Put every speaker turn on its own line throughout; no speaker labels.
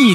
一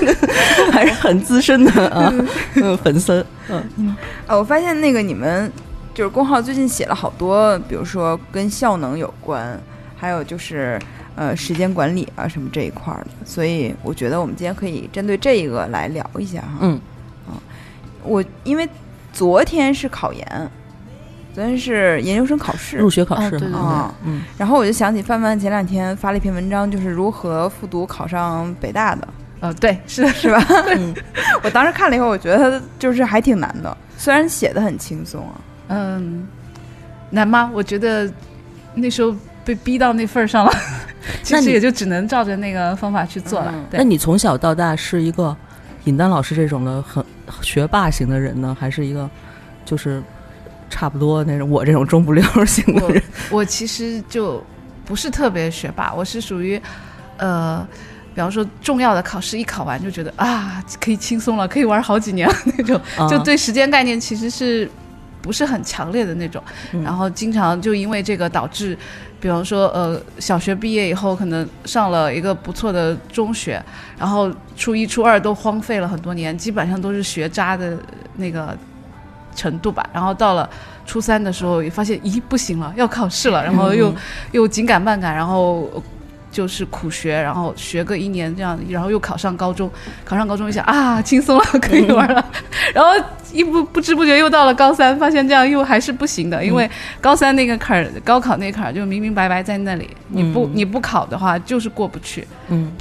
还是很资深的啊，嗯，粉丝，嗯，
啊，我发现那个你们就是公号最近写了好多，比如说跟效能有关，还有就是呃时间管理啊什么这一块儿的，所以我觉得我们今天可以针对这一个来聊一下哈。
嗯
啊，我因为昨天是考研，昨天是研究生考试，
入学考
哦
试
对对
嘛，
对
啊
嗯
然后我就想起范范前两天发了一篇文章，就是如何复读考上北大的，
呃，对，是的，
是吧？
嗯，
我当时看了以后，我觉得就是还挺难的，虽然写的很轻松啊。
嗯，难吗？我觉得那时候被逼到那份儿上了，其
那
实
你
也就只能照着那个方法去做了。
嗯
那
对，
你从小到大是一个尹丹老师这种的很学霸型的人呢，还是一个就是差不多那种我这种中不溜儿型的人？
我其实就不是特别学霸，我是属于，呃。比方说重要的考试一考完就觉得啊，可以轻松了，可以玩好几年了那种，
啊
就对时间概念其实是不是很强烈的那种，
嗯
然后经常就因为这个导致，比方说呃小学毕业以后可能上了一个不错的中学，然后初一初二都荒废了很多年，基本上都是学渣的那个程度吧，然后到了。初三的时候也发现，咦，不行了，要考试了，然后又、
嗯
又紧赶慢赶，然后就是苦学，然后学个一年这样，然后又考上高中，考上高中一想啊，轻松了，可以玩
嗯
了。然后一不不知不觉又到了高三，发现这样又还是不行
嗯
的，因为高三那个坎儿，高考那个坎儿就明明白白在那里，你不、
嗯
你不考的话就是过不去。
嗯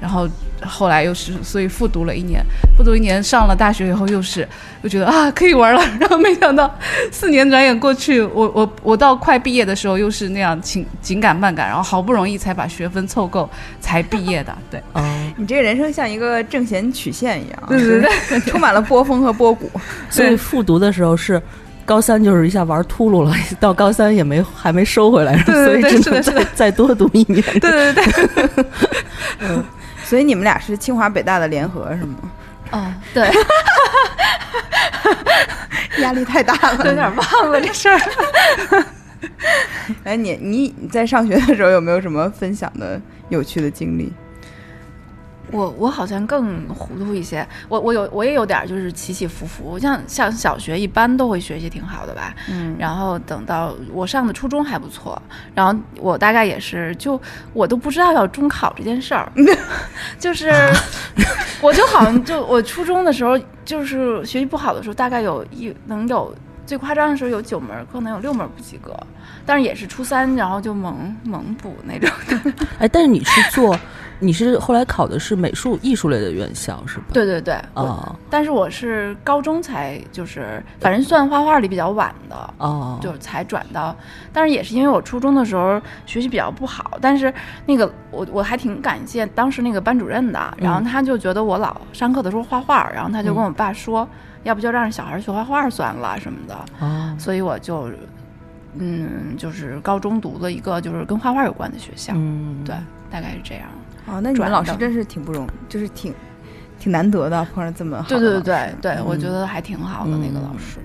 然后后来又是，所以复读了一年，复读一年上了大学以后又是，又觉得啊可以玩了，然后没想到四年转眼过去，我我我到快毕业的时候又是那样紧紧赶慢赶，然后好不容易才把学分凑够才毕业的，对，
哦，
你这个人生像一个正弦曲线一样，
对对
对， 充满了波峰和波谷。
所以复读的时候是。高三就是一下玩秃噜了，到高三也没还没收回来，
对对对
所以只
是的
能
是
再再多读一年。
对对对
所以你们俩是清华北大的联合是吗？
嗯
哦对，
压力太大了，有点忘了这事儿。哎，你你你在上学的时候有没有什么分享的有趣的经历？
我我好像更糊涂一些，我我有我也有点儿就是起起伏伏，像像小学一般都会学习挺好的吧，
嗯，
然后等到我上的初中还不错，然后我大概也是就我都不知道要中考这件事儿，就是我就好像就我初中的时候就是学习不好的时候，大概有一能有最夸张的时候有九门儿课能有六门儿不及格，但是也是初三然后就猛猛补那种 的。
哎，但是你是做，你是后来考的是美术艺术类的院校是吧？
对对对，我
哦
但是我是高中才就是，反正算画画里比较晚的，
哦，
就是才转到。但是也是因为我初中的时候学习比较不好，但是那个我我还挺感谢当时那个班主任的，然后
嗯
他就觉得我老上课的时候画画，然后他就跟
嗯
我爸说，要不就让小孩学画画算了什么的。
哦，
所以我就，嗯，就是高中读了一个就是跟画画有关的学校，
嗯，
对，大概是这样。
哦，那你们
转
老师
到
真是挺不容，就是挺挺难得的，碰上这么好
对
的
对对
老
对
师
对，我觉得还挺好的那个老师。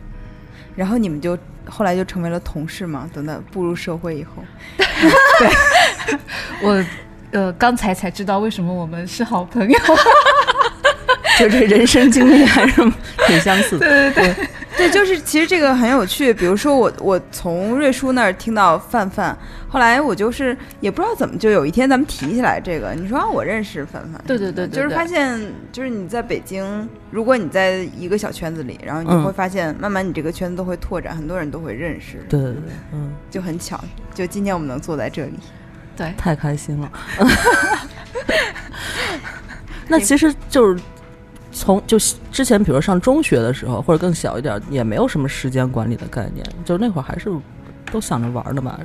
然后你们就后来就成为了同事嘛？等到步入社会以后，
我呃刚才才知道为什么我们是好 朋友。
就这人生经历还是挺相似的。
对，就是其实这个很有趣。比如说我，我从瑞叔那儿听到范范，后来我就是也不知道怎么，就有一天咱们提起来这个，你说啊，我认识范范，
对对对对
就是
对
发现，就是你在北京，如果你在一个小圈子里，然后你
嗯
会发现，慢慢你这个圈子都会拓展，很多人都会认识，
对对对，嗯，
就很巧，就今天我们能坐在这里。
对，
太开心 了。那其实就是从就是之前，比如上中学的时候，或者更小一点，也没有什么时间管理的概念，就那会儿还是都想着玩儿的嘛。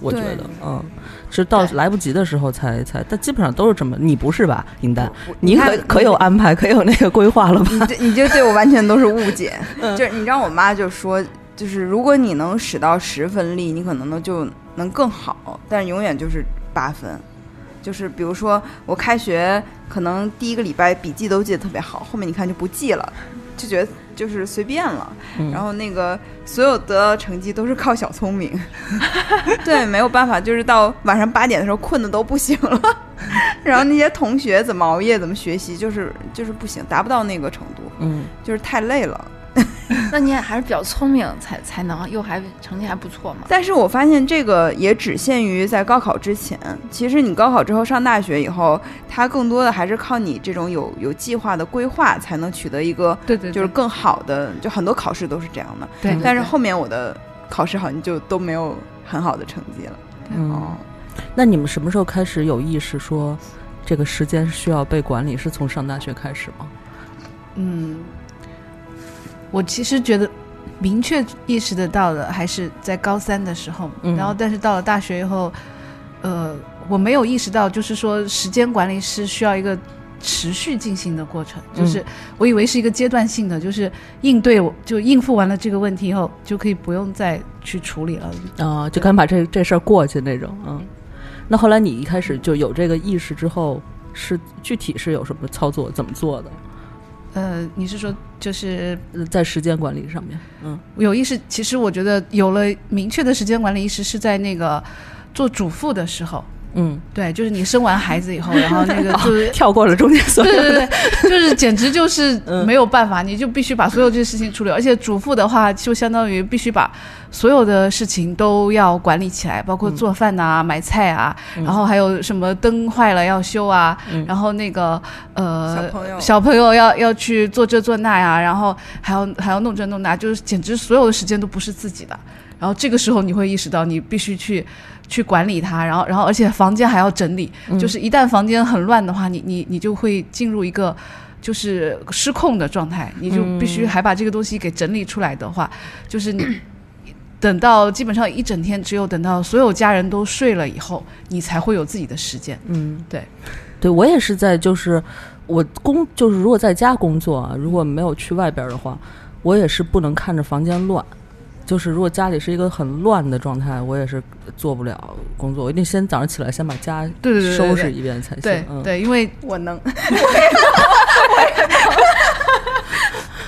我觉
对
得，嗯，直到
对
来不及的时候才才，但基本上都是这么。你不是吧，尹丹？
我
你可
看
可有安排，可有那个规划了吧？
你这你这对我完全都是误解。就是你知道，我妈就说，就是如果你能使到十分力，你可能呢就能更好，但是永远就是八分。就是比如说，我开学可能第一个礼拜笔记都记得特别好，后面你看就不记了，就觉得就是随便了。
嗯
然后那个所有得到的成绩都是靠小聪明，对，没有办法，就是到晚上八点的时候困的都不行了。 然后那些同学怎么熬夜，怎么学习，就是就是不行，达不到那个程度，
嗯，
就是太累了。
那你也还是比较聪明，才才能又还成绩还不错嘛。
但是我发现这个也只限于在高考之前。其实你高考之后上大学以后，它更多的还是靠你这种有有计划的规划，才能取得一个
对对，
就是更好的。就很多考试都是这样的。
对对
但是后面我的考试好像就都没有很好的成绩了。
嗯
哦，
那你们什么时候开始有意识说这个时间需要被管理？是从上大学开始吗？
嗯，我其实觉得明确意识得到的还是在高三的时候，
嗯
然后但是到了大学以后，呃，我没有意识到，就是说时间管理是需要一个持续进行的过程，
嗯
就是我以为是一个阶段性的，就是应对我就应付完了这个问题以后，就可以不用再去处理了。
啊、就赶紧把这这事儿过去那种，嗯。那后来你一开始就有这个意识之后，是具体是有什么操作，怎么做的？
呃，你是说就是
呃在时间管理上面，嗯
有意识，其实我觉得有了明确的时间管理意识是在那个做主妇的时候，
嗯，
对，就是你生完孩 子以后，然后那个
哦
就是。
跳过了中间所有
对
的，
对对，对就是简直就是
嗯
没有办法，你就必须把所有这些事情处理，而且主妇的话就相当于必须把所有的事情都要管理起来，包
嗯
括做饭呐、买菜啊，然后还有什么灯坏了要修啊，
嗯
然后那个呃
小朋友
小朋友要要去做这做那呀、然后还要还要弄这弄那，就是简直所有的时间都不是自己的。然后这个时候你会意识到你必须去去管理它，然后然后而且房间还要整理，就是一旦房间很乱的话，你你你就会进入一个。就是失控的状态，你就必须还把这个东西给整理出来的话，就是你等到基本上一整天，只有等到所有家人都睡了以后，你才会有自己的时间。
嗯，
对，
对我也是在就是我工就是如果在家工作啊，如果没有去外边儿的话，我也是不能看着房间乱。就是如果家里是一个很乱的状态，我也是做不了工作。我一定先早上起来先把家
对对对对
收
对
拾一遍才行。
对、
嗯、
对，因为
我能，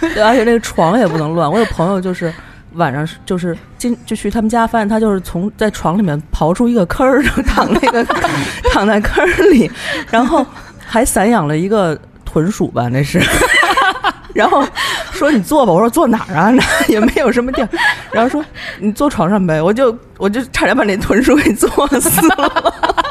对，而且那个床也不能乱。我有朋友就是晚上是就是进就去他们家，发现他就是从在床里面刨出一个坑儿，然后躺那个躺在坑儿里，然后还散养了一个豚鼠吧，那是。 然后说你坐吧，我说坐哪儿啊？ 也没有什么地儿。然后说你坐床上呗，我就我就差点把那豚鼠给坐死了。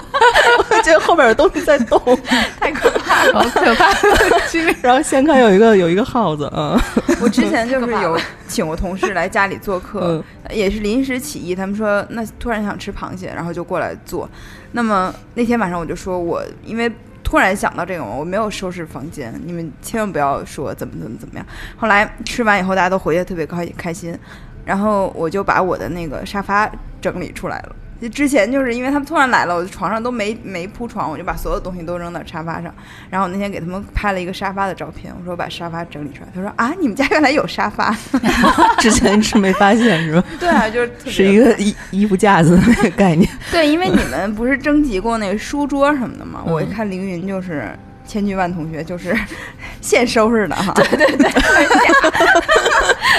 我觉得后边有东西在动，
太可怕了。
好可怕的经历。
然后先看有一个有一个耗子，嗯
我之前就是
太可怕
有
了
请过同事来家里做客呃
嗯，
也是临时起意，他们说那突然想吃螃蟹，然后就过来做。那么那天晚上我就说我因为。突然想到这个嘛，我没有收拾房间，你们千万不要说怎么怎么怎么样。后来吃完以后，大家都回去特别开开心，然后我就把我的那个沙发整理出来了。就之前就是因为他们突然来了，我床上都没没铺床，我就把所有东西都扔到沙发上。然后我那天给他们拍了一个沙发的照片，我说把沙发整理出来。他说啊，你们家原来有沙发？
之前是没发现是吧？
对啊，就是特别
是一个衣衣服架子的那个概念。
对，因为你们不是征集过那个书桌什么的吗？
嗯
我一看凌云就是千军万同学，就是现收拾 的哈。对对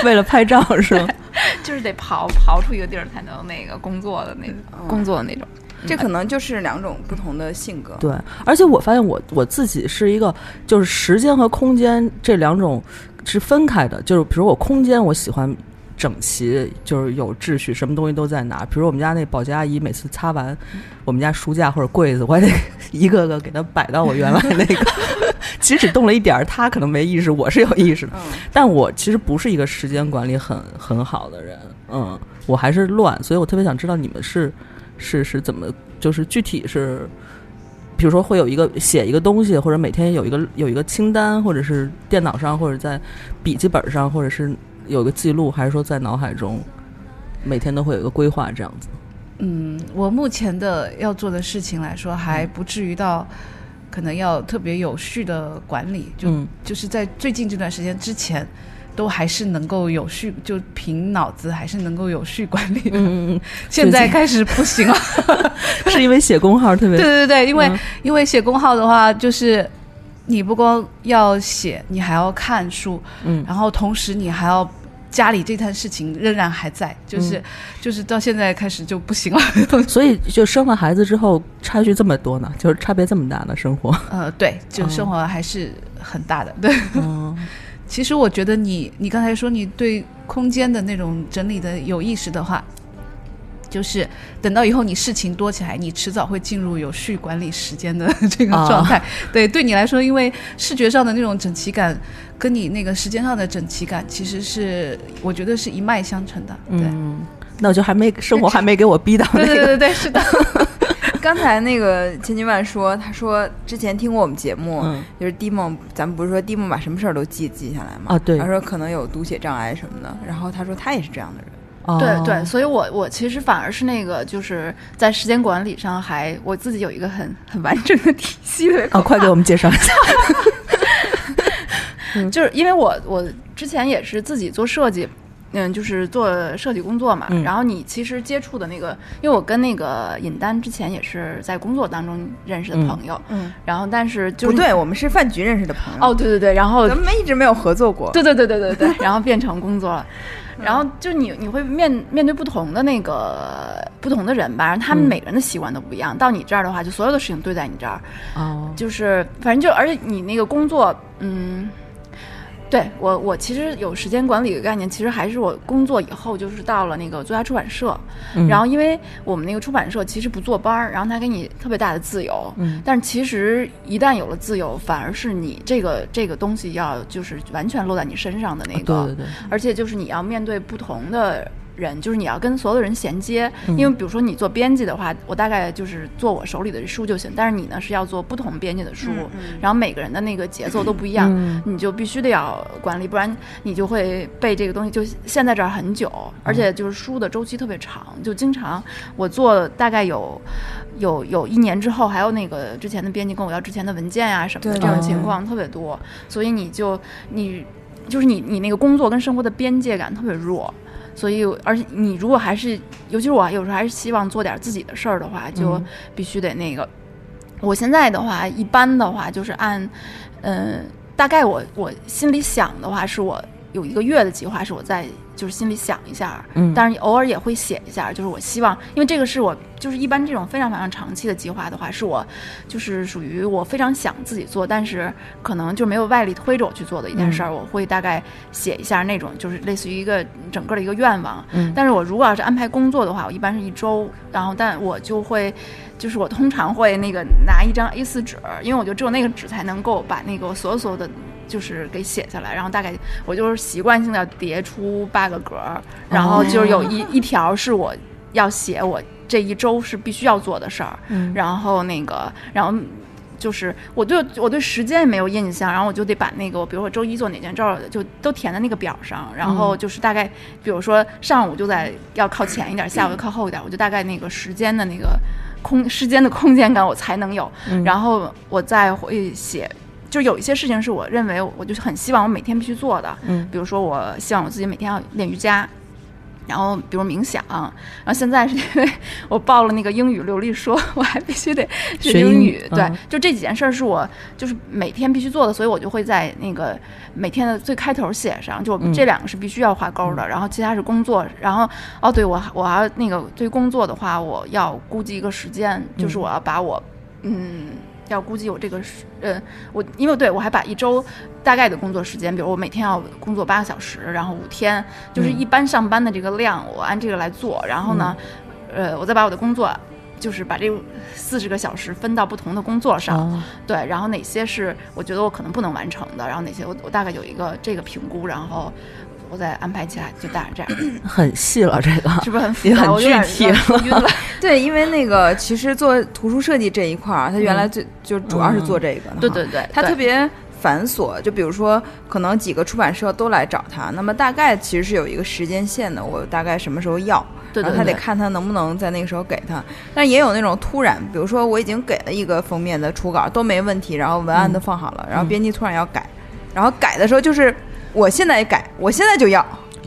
为了拍照是吗？
就是得刨刨出一个地儿才能那个工作的那种、工作的那种。
这可能就是两种不同的性格。
对，而且我发现我我自己是一个，就是时间和空间这两种是分开的。就是比如我空间，我喜欢整齐，就是有秩序，什么东西都在哪儿。比如我们家那保洁阿姨，每次擦完我们家书架或者柜子，我还得 一个个给它摆到我原来那个。 其实只动了一点儿，她可能没意识，我是有意识的。
嗯，
但我其实不是一个时间管理很很好的人，嗯，我还是乱，所以我特别想知道你们是是是怎么，就是具体是，比如说会有一个写一个东西，或者每天有一个有一个清单，或者是电脑上，或者在笔记本上，或者是有个记录，还是说在脑海中每天都会有一个规划这样子？
嗯，我目前的要做的事情来说，还
嗯
不至于到可能要特别有序的管理，就、
嗯
就是在最近这段时间之前。都还是能够有序，就凭脑子还是能够有序管理的。
嗯，
现在开始不行了，
是因为写公号特别
对对对，因为、
嗯
因为写公号的话，就是你不光要写，你还要看书，
嗯
然后同时你还要家里这摊事情仍然还在，
嗯
就是、就是到现在开始就不行了。
所以就生了孩子之后差距这么多呢，就是差别这么大呢，生活。
呃，对，就
哦
生活还是很大的。对，
嗯
哦
其实我觉得你你刚才说你对空间的那种整理的有意识的话。就是等到以后你事情多起来，你迟早会进入有序管理时间的这个
啊
状态。对，对你来说，因为视觉上的那种整齐感，跟你那个时间上的整齐感，其实是我觉得是一脉相承的。 对，
嗯， 那我就还没生活还没给我逼到那
对对
个，
对对，是的。
刚才那个千军万说，他说之前听过我们节目，
嗯
就是 d 梦，咱们不是说 d 梦把什么事儿都记记下来吗？
啊对
他说可能有读写障碍什么的，然后他说他也是这样的人。
哦
对对，，所以我我其实反而是那个，就是在时间管理上还我自己有一个很很完整的体系，特别可
哦，快给我们介绍一 下，
就是因为我我之前也是自己做设计，嗯，就是做设计工作嘛。
嗯
然后你其实接触的那个，因为我跟那个尹丹之前也是在工作当中认识的朋友，
嗯嗯
然后但是就是
不对，我们是饭局认识的朋友。
哦，对对对，然后
咱们一直没有合作过。
对对对对对对，然后变成工作了。然后就你你会面面对不同的那个不同的人吧，他们
嗯
每个人的习惯都不一样。到你这儿的话，就所有的事情对在你这儿，
哦，
就是反正就而且你那个工作，嗯，对我我其实有时间管理的概念，其实还是我工作以后就是到了那个作家出版社，
嗯
然后因为我们那个出版社其实不坐班儿，然后他给你特别大的自由，
嗯
但是其实一旦有了自由，反而是你这个这个东西要就是完全落在你身上的那
对
个，
啊对对，
而且就是你要面对不同的人，就是你要跟所有的人衔接。
嗯
因为比如说你做编辑的话，我大概就是做我手里的书就行，但是你呢是要做不同编辑的书，然后每个人的那个节奏都不一样，
嗯
你就必须得要管理，不然你就会被这个东西就陷在这儿很久，
嗯
而且就是书的周期特别长，就经常我做大概有。有有一年之后，还有那个之前的编辑跟我要之前的文件啊什么的，
对
这种
哦
情况特别多，所以你就你就是你你那个工作跟生活的边界感特别弱，所以而且你如果还是，尤其是我有时候还是希望做点自己的事儿的话，就
嗯
必须得那个。我现在的话，一般的话就是按，呃嗯、大概我我心里想的话，是我有一个月的计划，是我在就是心里想一下，
嗯，
但是偶尔也会写一下，就是我希望，因为这个是我就是一般这种非常非常长期的计划的话，是我就是属于我非常想自己做，但是可能就没有外力推着我去做的一件事儿，我会大概写一下那种就是类似于一个整个的一个愿望。
嗯
但是我如果要是安排工作的话，我一般是一周，然后但我就会。就是我通常会那个拿一张 A4 纸，因为我觉得只有那个纸才能够把那个所有所有的就是给写下来，然后大概我就是习惯性的叠出八个格儿，然后就是有一、一条是我要写我这一周是必须要做的事儿，
嗯
然后那个然后。就是我对我对时间也没有印象，然后我就得把那个，比如说周一做哪件事儿，就都填在那个表上。然
嗯
后就是大概，比如说上午就在要靠 前一点，下午就靠后一点，我就大概那个时间的那个空时间的空间感我才能有。
嗯
然后我再会写，就有一些事情是我认为我就很希望我每天必须做的，
嗯
比如说我希望我自己每天要练瑜伽，然后比如冥想，然后现在是因为我报了那个英语流利说，我还必须得
学
学
英
英
语
语，对，
嗯
就这几件事儿是我就是每天必须做的，所以我就会在那个每天的最开头写上，就
嗯
这两个是必须要画勾的，然后其他是工作，然后哦对我我还那个对工作的话，我要估计一个时间，就是
嗯
我要把我嗯。要估计我这个时，呃，我因为对我还把一周大概的工作时间，比如我每天要工作八个小时，然后五天，就是一般上班的这个量，我按这个来做。然后呢，呃，我再把我的工作，就是把这四十个小时分到不同的工作上，
啊
对，然后哪些是我觉得我可能不能完成的，然后哪些我我大概有一个这个评估，然后我再安排起来，就大概这样，
很细了这个，
是不是很复
也
杂？
很
我有点
具体
有点晕了。
对，因为那个其实做图书设计这一块儿，啊他原来最、就主要是做这个的哈，
嗯对对对，
他
对
特别繁琐。就比如说，可能几个出版社都来找他，那么大概其实是有一个时间线的，我大概什么时候要，
对
然后
对
他得
对，
看他能不能在那个时候给他。但也有那种突然，比如说我已经给了一个封面的初稿都没问题，然后文案
嗯
都放好了，然后编辑突然要改，然后改的时候就是我现在改，我现在就要，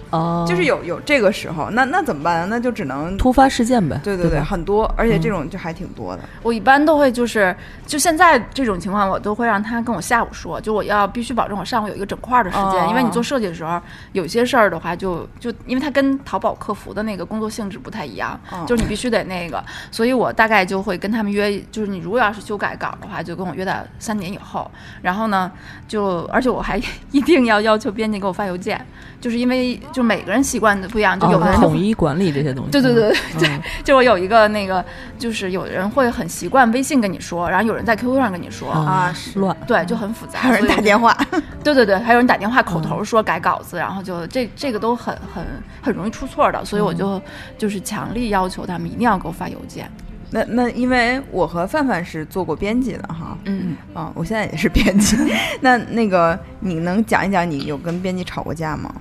哦，
就是有有这个时候，那那怎么办呢？啊那就只能。
突发事件呗，
对
对
对对，
吧，
很多，而且
嗯
这种就还挺多的。
我一般都会就是就现在这种情况，我都会让他跟我下午说，就我要必须保证我上午有一个整块儿的时间，
哦
因为你做设计的时候，有些事儿的话就就因为它跟淘宝客服的那个工作性质不太一样，
哦
就是你必须得那个，所以我大概就会跟他们约，就是你如果要是修改稿的话，就跟我约在三点以后。然后呢，就而且我还 一定要要求编辑给我发邮件，就是因为就每个人习惯的不一样，就有的
哦
人就
统一管理这些东西，嗯
对对对
对对，
就我有一个那个，就是有人会很习惯微信跟你说，然后有人在 QQ 上跟你说，
啊
啊，是
乱，
对，就很复杂。
还有人
所 以
打电话，嗯
对对对，还有人打电话口头说改稿子，然后就这这个都很很很容易出错的，所
嗯
以我就、就是强力要求他们一定要给我发邮件。
那那因为我和范范是做过编辑的哈，
嗯，
啊，我现在也是编 辑。那那个你能讲一讲你有跟编辑吵过架吗？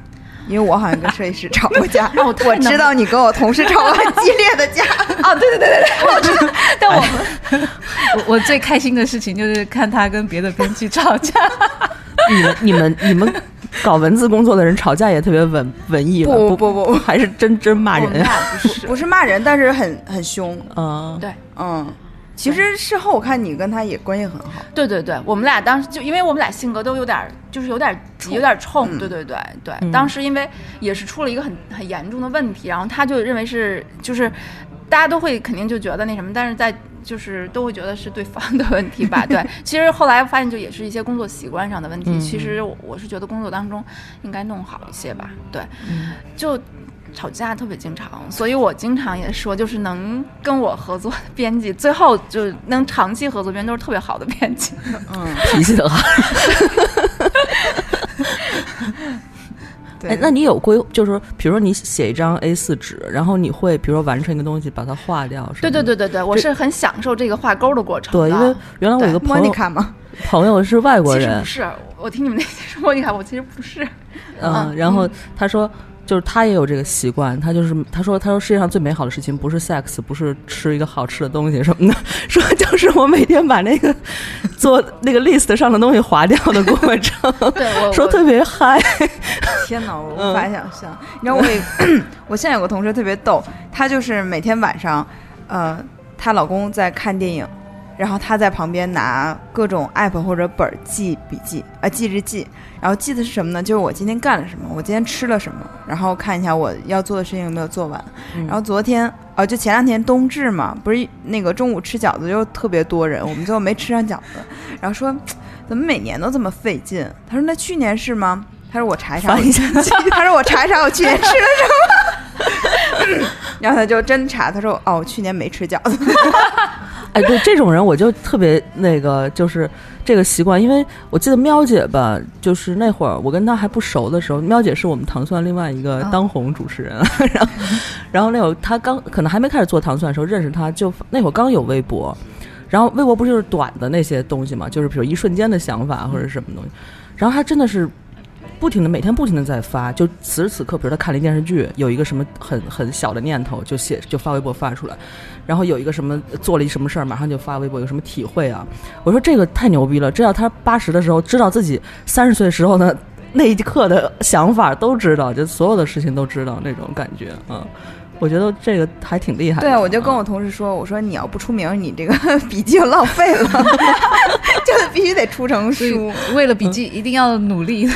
因为我好像跟设计师吵过架，
哦我太
我
能
知道你跟我同事吵过 很激烈的架。
哦，对对对对对，我知道，但我们
我我最开心的事情就是看他跟别的编辑吵 架，
你们你们你们搞文字工作的人吵架也特别文文艺了， 不
不不不不
还是真真骂
我们
人呀，
俩不是
不是骂人，但是很很凶。
啊，
对。
嗯，其实事后我看你跟他也关系很好。
对对对，我们俩当时就因为我们俩性格都有点儿，就是有点儿急，有点儿冲。
嗯
对对对对，当时因为也是出了一个很很严重的问题，然后他就认为是就是大家都会肯定就觉得那什么，但是在就是都会觉得是对方的问题 吧。对，其实后来发现就也是一些工作习惯上的问题。
嗯
其实我我是觉得工作当中应该弄好一些吧。对，
嗯
就。吵架特别经常，所以我经常也说，就是能跟我合作的编辑，最后就是能长期合作编辑都是特别好的编辑。
嗯，
哎
脾气的好。
对。
哎，那你有规，就是说比如说你写一张 A 4纸，然后你会比如说完成一个东西，把它划掉，是
对
吗
对。对对对，我是很享受这个画勾的过程的。
对，因为原来我有个
莫
朋
妮
友，
卡吗？
朋友是外国
其实
人
不，是，啊我听你们那些说，你看我其实不是。啊
嗯，然后他说，就是他也有这个习惯，他就是他说，他说世界上最美好的事情不是 sex，不是吃一个好吃的东西什么的，说就是我每天把那个做那个 list 上的东西划掉的过程，
对 我
说特别嗨，
天哪，我无法想象。你知道我也，我现在有个同事特别逗，她就是每天晚上，呃，她老公在看电影，然后他在旁边拿各种 app 或者本儿记笔记啊、记日记，然后记的是什么呢？就是我今天干了什么，我今天吃了什么，然后看一下我要做的事情有没有做完。
嗯
然后昨天啊，就前两天冬至嘛，不是那个中午吃饺子就特别多人，我们最后没吃上饺子，然后说怎么每年都这么费劲？他说那去年是吗？他说我查一查，我
翻一下
他说我查一查我去年吃了什么。然后他就真查，他说哦，我去年没吃饺子。
哎，对这种人，我就特别那个，就是这个习惯，因为我记得喵姐吧，就是那会儿我跟她还不熟的时候，喵姐是我们糖蒜另外一个
啊
当红主持人， 然后然后那会儿她刚可能还没开始做糖蒜的时候认识她，就那会儿刚有微博，然后微博不是就是短的那些东西嘛，就是比如一瞬间的想法或者什么东西，然后她真的是。不停的，每天不停的在发，就此时此刻，比如她看了一电视剧，有一个什么很很小的念头，就写就发微博发出来，然后有一个什么做了一什么事儿，马上就发微博，有什么体会啊？我说这个太牛逼了，这要他八十的时候知道自己三十岁的时候呢，那一刻的想法都知道，就所有的事情都知道那种感觉啊。我觉得这个还挺厉害的
对，
啊。
我就跟我同事说，我说你要不出名，你这个 笔记就浪费了， 就是必须得出成
所以
书。
为了笔记一定要努力。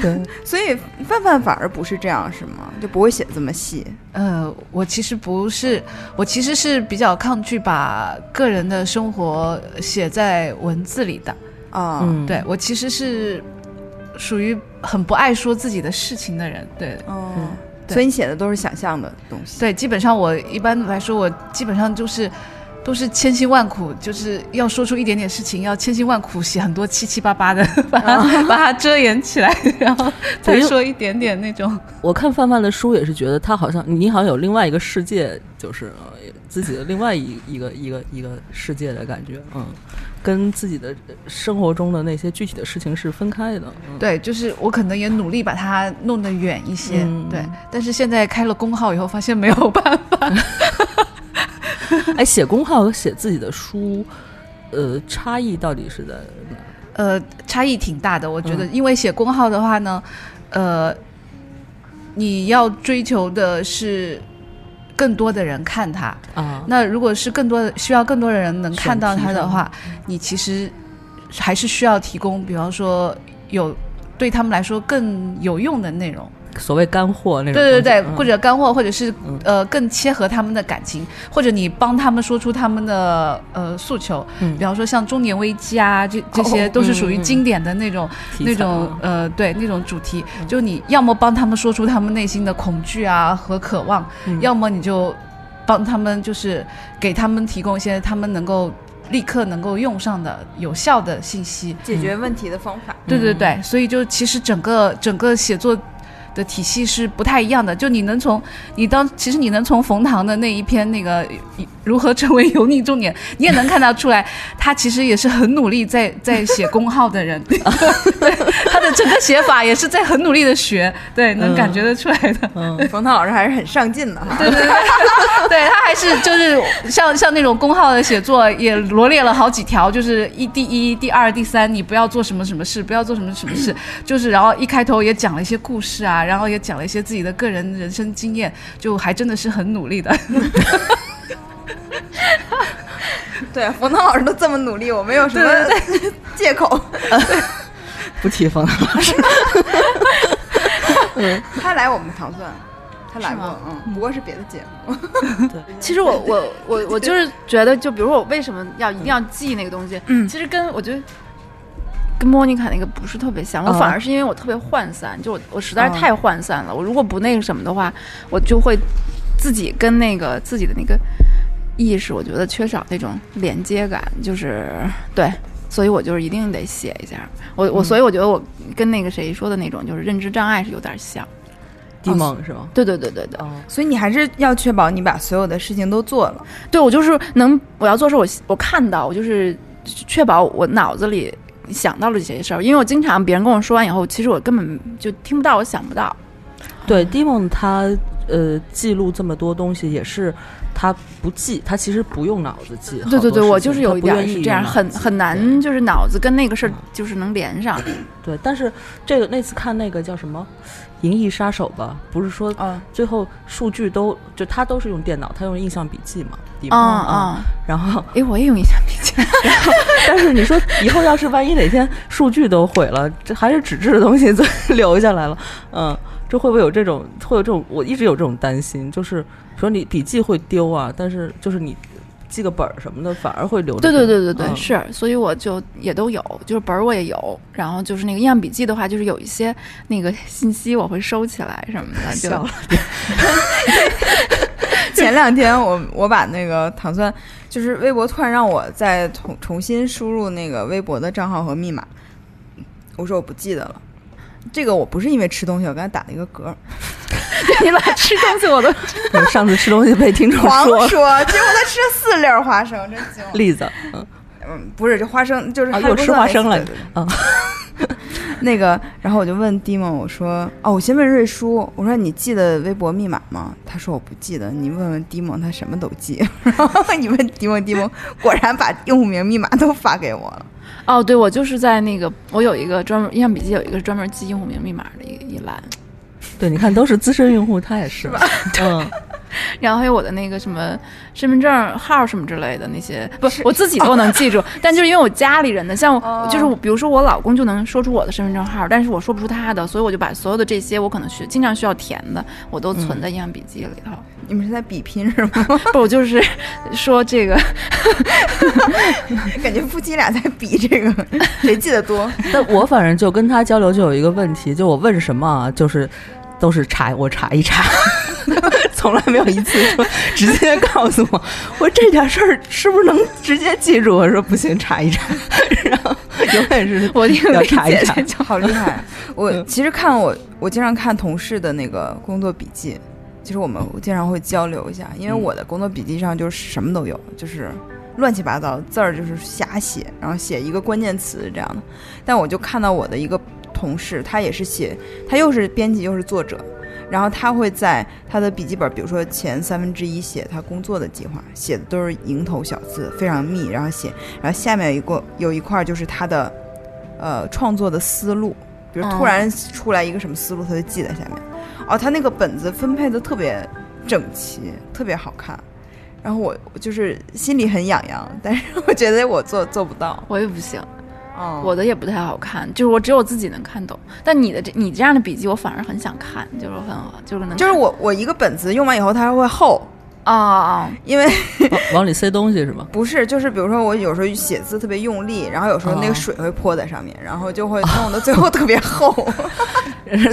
对
所以范范反而不是这样，是吗？就不会写这么细。
呃，我其实不是，我其实是比较抗拒把个人的生活写在文字里的。
啊、
嗯，
对我其实是属于很不爱说自己的事情的人。对
哦、
嗯
对
所以你写的都是想象的东西。
对，基本上我一般来说，我基本上就是。都是千辛万苦，就是要说出一点点事情，要千辛万苦写很多七七八八的，把它、把它遮掩起来，然后再
啊对
说一点点那种。
我看范范的书也是觉得他好像你好像有另外一个世界，就是呃自己的另外一一个一个一个世界的感觉，嗯，跟自己的呃生活中的那些具体的事情是分开的。嗯、
对，就是我可能也努力把它弄得远一些，
嗯
对。但是现在开了公号以后，发现没有办法。
哎，写公号和写自己的书，呃，差异到底是在哪？
呃， 差异挺大的，我觉得，
嗯
因为写公号的话呢，呃，你要追求的是更多的人看它。
啊，
那如果是更多的需要更多的人能看到它的话，
嗯
你其实还是需要提供，比方说有对他们来说更有用的内容。
所谓干货那种东
对
西。
对对，
嗯
或者干货，或者是
嗯
呃更切合他们的感情，或者你帮他们说出他们的呃诉求，
嗯
比方说像中年危机啊，这这些
哦
都是属于
嗯嗯
经典的那种、
题
那
材嗯
种
啊
呃对那种主题，就你要么帮他们说出他们内心的恐惧啊和渴望，
嗯
要么你就帮他们就是给他们提供一些他们能够立刻能够用上的有效的信息，
解决问题的方法。
对对对，所以就其实整个整个写作的体系是不太一样的。就你能从你当其实你能从冯唐的那一篇那个呃如何成为油腻重点，你也能看到出来，他其实也是很努力在在写公号的人，对他的整个写法也是在很努力的学，对，能感觉得出来的。
嗯，
冯唐老师还是很上进的哈。
对对对，对他还是就是像像那种公号的写作，也罗列了好几条，就是一第一、第二、第三，你不要做什么什么事，不要做什么什么 事，就是然后一开头也讲了一些故事啊，然后也讲了一些自己的个人人生经验，就还真的是很努力的。
对，冯唐老师都这么努力，我没有什么借口。
不提 防
哦
了。
他来我们糖蒜，他来
是
过
吗，
嗯，不过是别的节目。
其实我我我我就是觉得，就比如说我为什么要一定要记那个东西，
嗯
其实跟我觉得跟莫妮卡那个不是特别像，我
啊
反而是因为我特别涣散，就我我实在是太涣散了，我如果不那个什么的话，我就会自己跟那个自己的那个意识，我觉得缺少那种连接感，就是对。所以我就是一定得写一下，我
嗯
我所以我觉得我跟那个谁说的那种就是认知障碍是有点像，
地梦是吗？
对对对对对，
哦，
所以你还是要确保你把所有的事情都做 了。
对我就是能我要做事，我我看到，我就是确保我脑子里想到了这些事儿，因为我经常别人跟我说完以后，其实我根本就听不到，我想不到。
对，地梦他呃记录这么多东西，也是他不记，他其实不用脑子记。
对
好多
对对，
事情
我就是有
他
一
不
点
愿意
是这样，
用脑子
很
记
很
对
难，就是脑子跟那个事儿就是能连上。
对，但是这个那次看那个叫什么《银翼杀手》吧，不是说
嗯
啊，
最后数据都就他都是用电脑，他用印象笔记嘛，底
啊
嘛嗯
啊，
然后，
哎，我也用一下笔记。
但是你说以后要是万一哪天数据都毁了，这还是纸质的东西 最留下来了，嗯，这会不会有这种会有这种？我一直有这种担心，就是说你笔记会丢啊，但是就是你记个本儿什么的，反而会留着。
对对对对对，
嗯
是，所以我就也都有，就是本儿我也有，然后就是那个印象笔记的话，就是有一些那个信息我会收起来什么的，就
笑了
前两天我我把那个糖蒜，就是微博突然让我再重重新输入那个微博的账号和密码，我说我不记得了。这个我不是因为吃东西，我刚才打了一个 嗝，
你老吃东西我都
对上次吃东西被听众
狂
说
说，结果他吃了四粒儿花生，真惊了。
栗子，嗯，
嗯，不是，这花生就是
啊
还
又吃花生了
对对对
嗯
那个，然后我就问 d i m o 我说：“哦，我先问瑞叔，我说你记得微博密码吗？”他说：“我不记得。”你问问 d i m o 他什么都记。 然后你问 d i m o d i m o 果然把用户名、密码都发给我了。
哦，对我就是在那个我有一个专门印象笔记有一个专门记用户名密码的一一栏，
对，你看都是资深用户，他也是，嗯，
然后还有我的那个什么身份证号什么之类的那些，不
是，
我自己都能记
哦
住，但就是因为我家里人的，像我、
哦
就是我比如说我老公就能说出我的身份证号，但是我说不出他的，所以我就把所有的这些我可能需经常需要填的，我都存
嗯
在印象笔记里头。
你们是在比拼是吗？
不，我就是 说这个，
感觉夫妻俩在比这个谁记得多。
但我反正就跟他交流就有一个问题，就我问什么啊，就是都是查我查一查， 从来没有一次说直接告诉我，我这点事儿是不是能直接记住？我说不行，查一查，然后 永远是
我听
要
薇
查一
姐
查
这，
好厉害！我其实看我，我经常看同事的那个工作笔记，就是我们经常会交流一下，因为
嗯
我的工作笔记上就是什么都有，就是乱七八糟字儿就是瞎写，然后写一个关键词这样的。但我就看到我的一个同事，他也是写，他又是编辑又是作者。然后他会在他的笔记本，比如说前三分之一写他工作的计划，写的都是蝇头小字，非常密，然后写，然后下面有一个有一块就是他的呃创作的思路，比如突
嗯
然出来一个什么思路，他就记在下面。哦，他那个本子分配的特别整齐，特别好看。然后我我就是心里很痒痒，但是我觉得我做做不到。
我也不行，
哦
我的也不太好看，就是我只有自己能看懂。但你的这你这样的笔记，我反而很想看，就是很就是能
就是
看
我我一个本子用完以后它还会厚，
啊啊、
因为
往往里塞东西是吗？
不是就是比如说我有时候写字特别用力，然后有时候那
哦
个水会泼在上面，然后就会弄得最后特别 厚。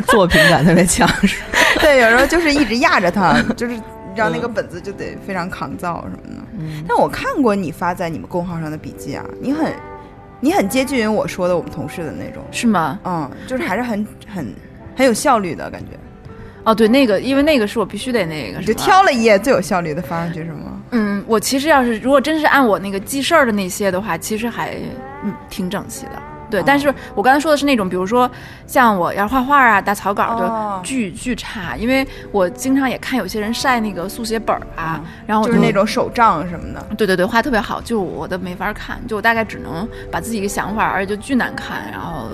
作品感特别强，是吧
对，有时候就是一直压着它，就是让
嗯
那个本子就得非常抗造什么的。但我看过你发在你们公号上的笔记啊，你很你很接近于我说的我们同事的那种，
是吗？
嗯，就是还是很很很有效率的感觉。
哦，对，那个因为那个是我必须得那个，
你
是
就
吧
挑了一页最有效率的发上去是吗？
嗯，我其实要是如果真是按我那个记事儿的那些的话，其实还嗯挺整齐的。对，
哦
但是我刚才说的是那种，比如说像我要画画啊、打草稿
哦
就巨、巨差，因为我经常也看有些人晒那个速写本儿啊，然后
哦
我
就是那种手账什么的。
对对对，画特别好，就我的没法看，就我大概只能把自己一个想法，而且就巨难看，然后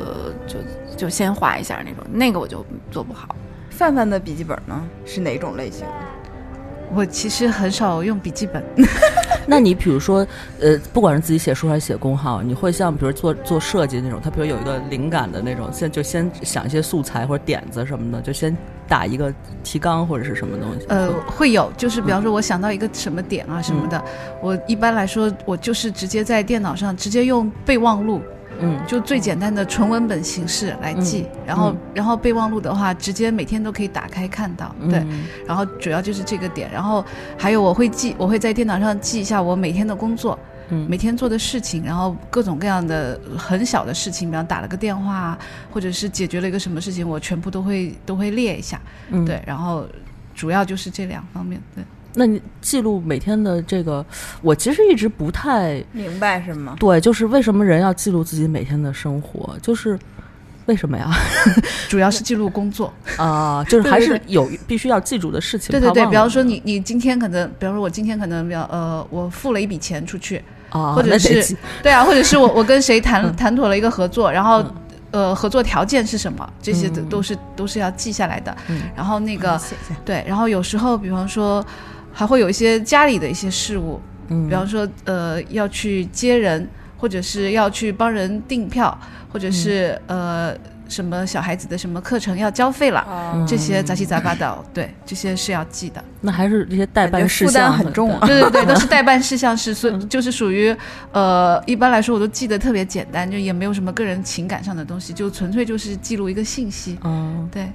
就就先画一下那种，那个我就做不好。
范范的笔记本呢是哪种类型的？
我其实很少用笔记本，
那你比如说，呃，不管是自己写书还是写公号，你会像比如做做设计那种，他比如有一个灵感的那种，先就先想一些素材或者点子什么的，就先打一个提纲或者是什么东西。
呃，会有，就是比方说，我想到一个什么点啊什么的，我一般来说，我就是直接在电脑上直接用备忘录，
嗯，
就最简单的纯文本形式来记，然后、
嗯
然后备忘录的话，直接每天都可以打开看到，对，
嗯
然后主要就是这个点，然后还有我会记，我会在电脑上记一下我每天的工作，
嗯
每天做的事情，然后各种各样的很小的事情，比方打了个电话啊，或者是解决了一个什么事情，我全部都会都会列一下，
嗯
对，然后主要就是这两方面，对，
那你记录每天的这个，我其实一直不太
明白是吗？
对，就是为什么人要记录自己每天的生活，就是为什么呀？
主要是记录工作。
啊，就是还
对
是有必须要记住的事情。
对对
怕
对，
忘
比方
了
说你你今天可能，比方说我今天可能比较呃，我付了一笔钱出去，
啊，
或者
那得
是
记
对啊，或者是我我跟谁谈
嗯
谈妥了一个合作，然后
嗯
呃合作条件是什么，这些都
嗯
都是都是要记下来的。
嗯
然后那个
写下
对，然后有时候比方说还会有一些家里的一些事务，
嗯
比方说呃要去接人，或者是要去帮人订票，或者是、
嗯
呃什么小孩子的什么课程要交费了，
啊
这些杂七杂八的，对，这些是要记的。
嗯那还是这些代
感觉
办事
负担
项
很重啊
对对对，都是代办事项是，所以就是属于呃，一般来说我都记得特别简单，就也没有什么个人情感上的东西，就纯粹就是记录一个信息。
嗯，
对，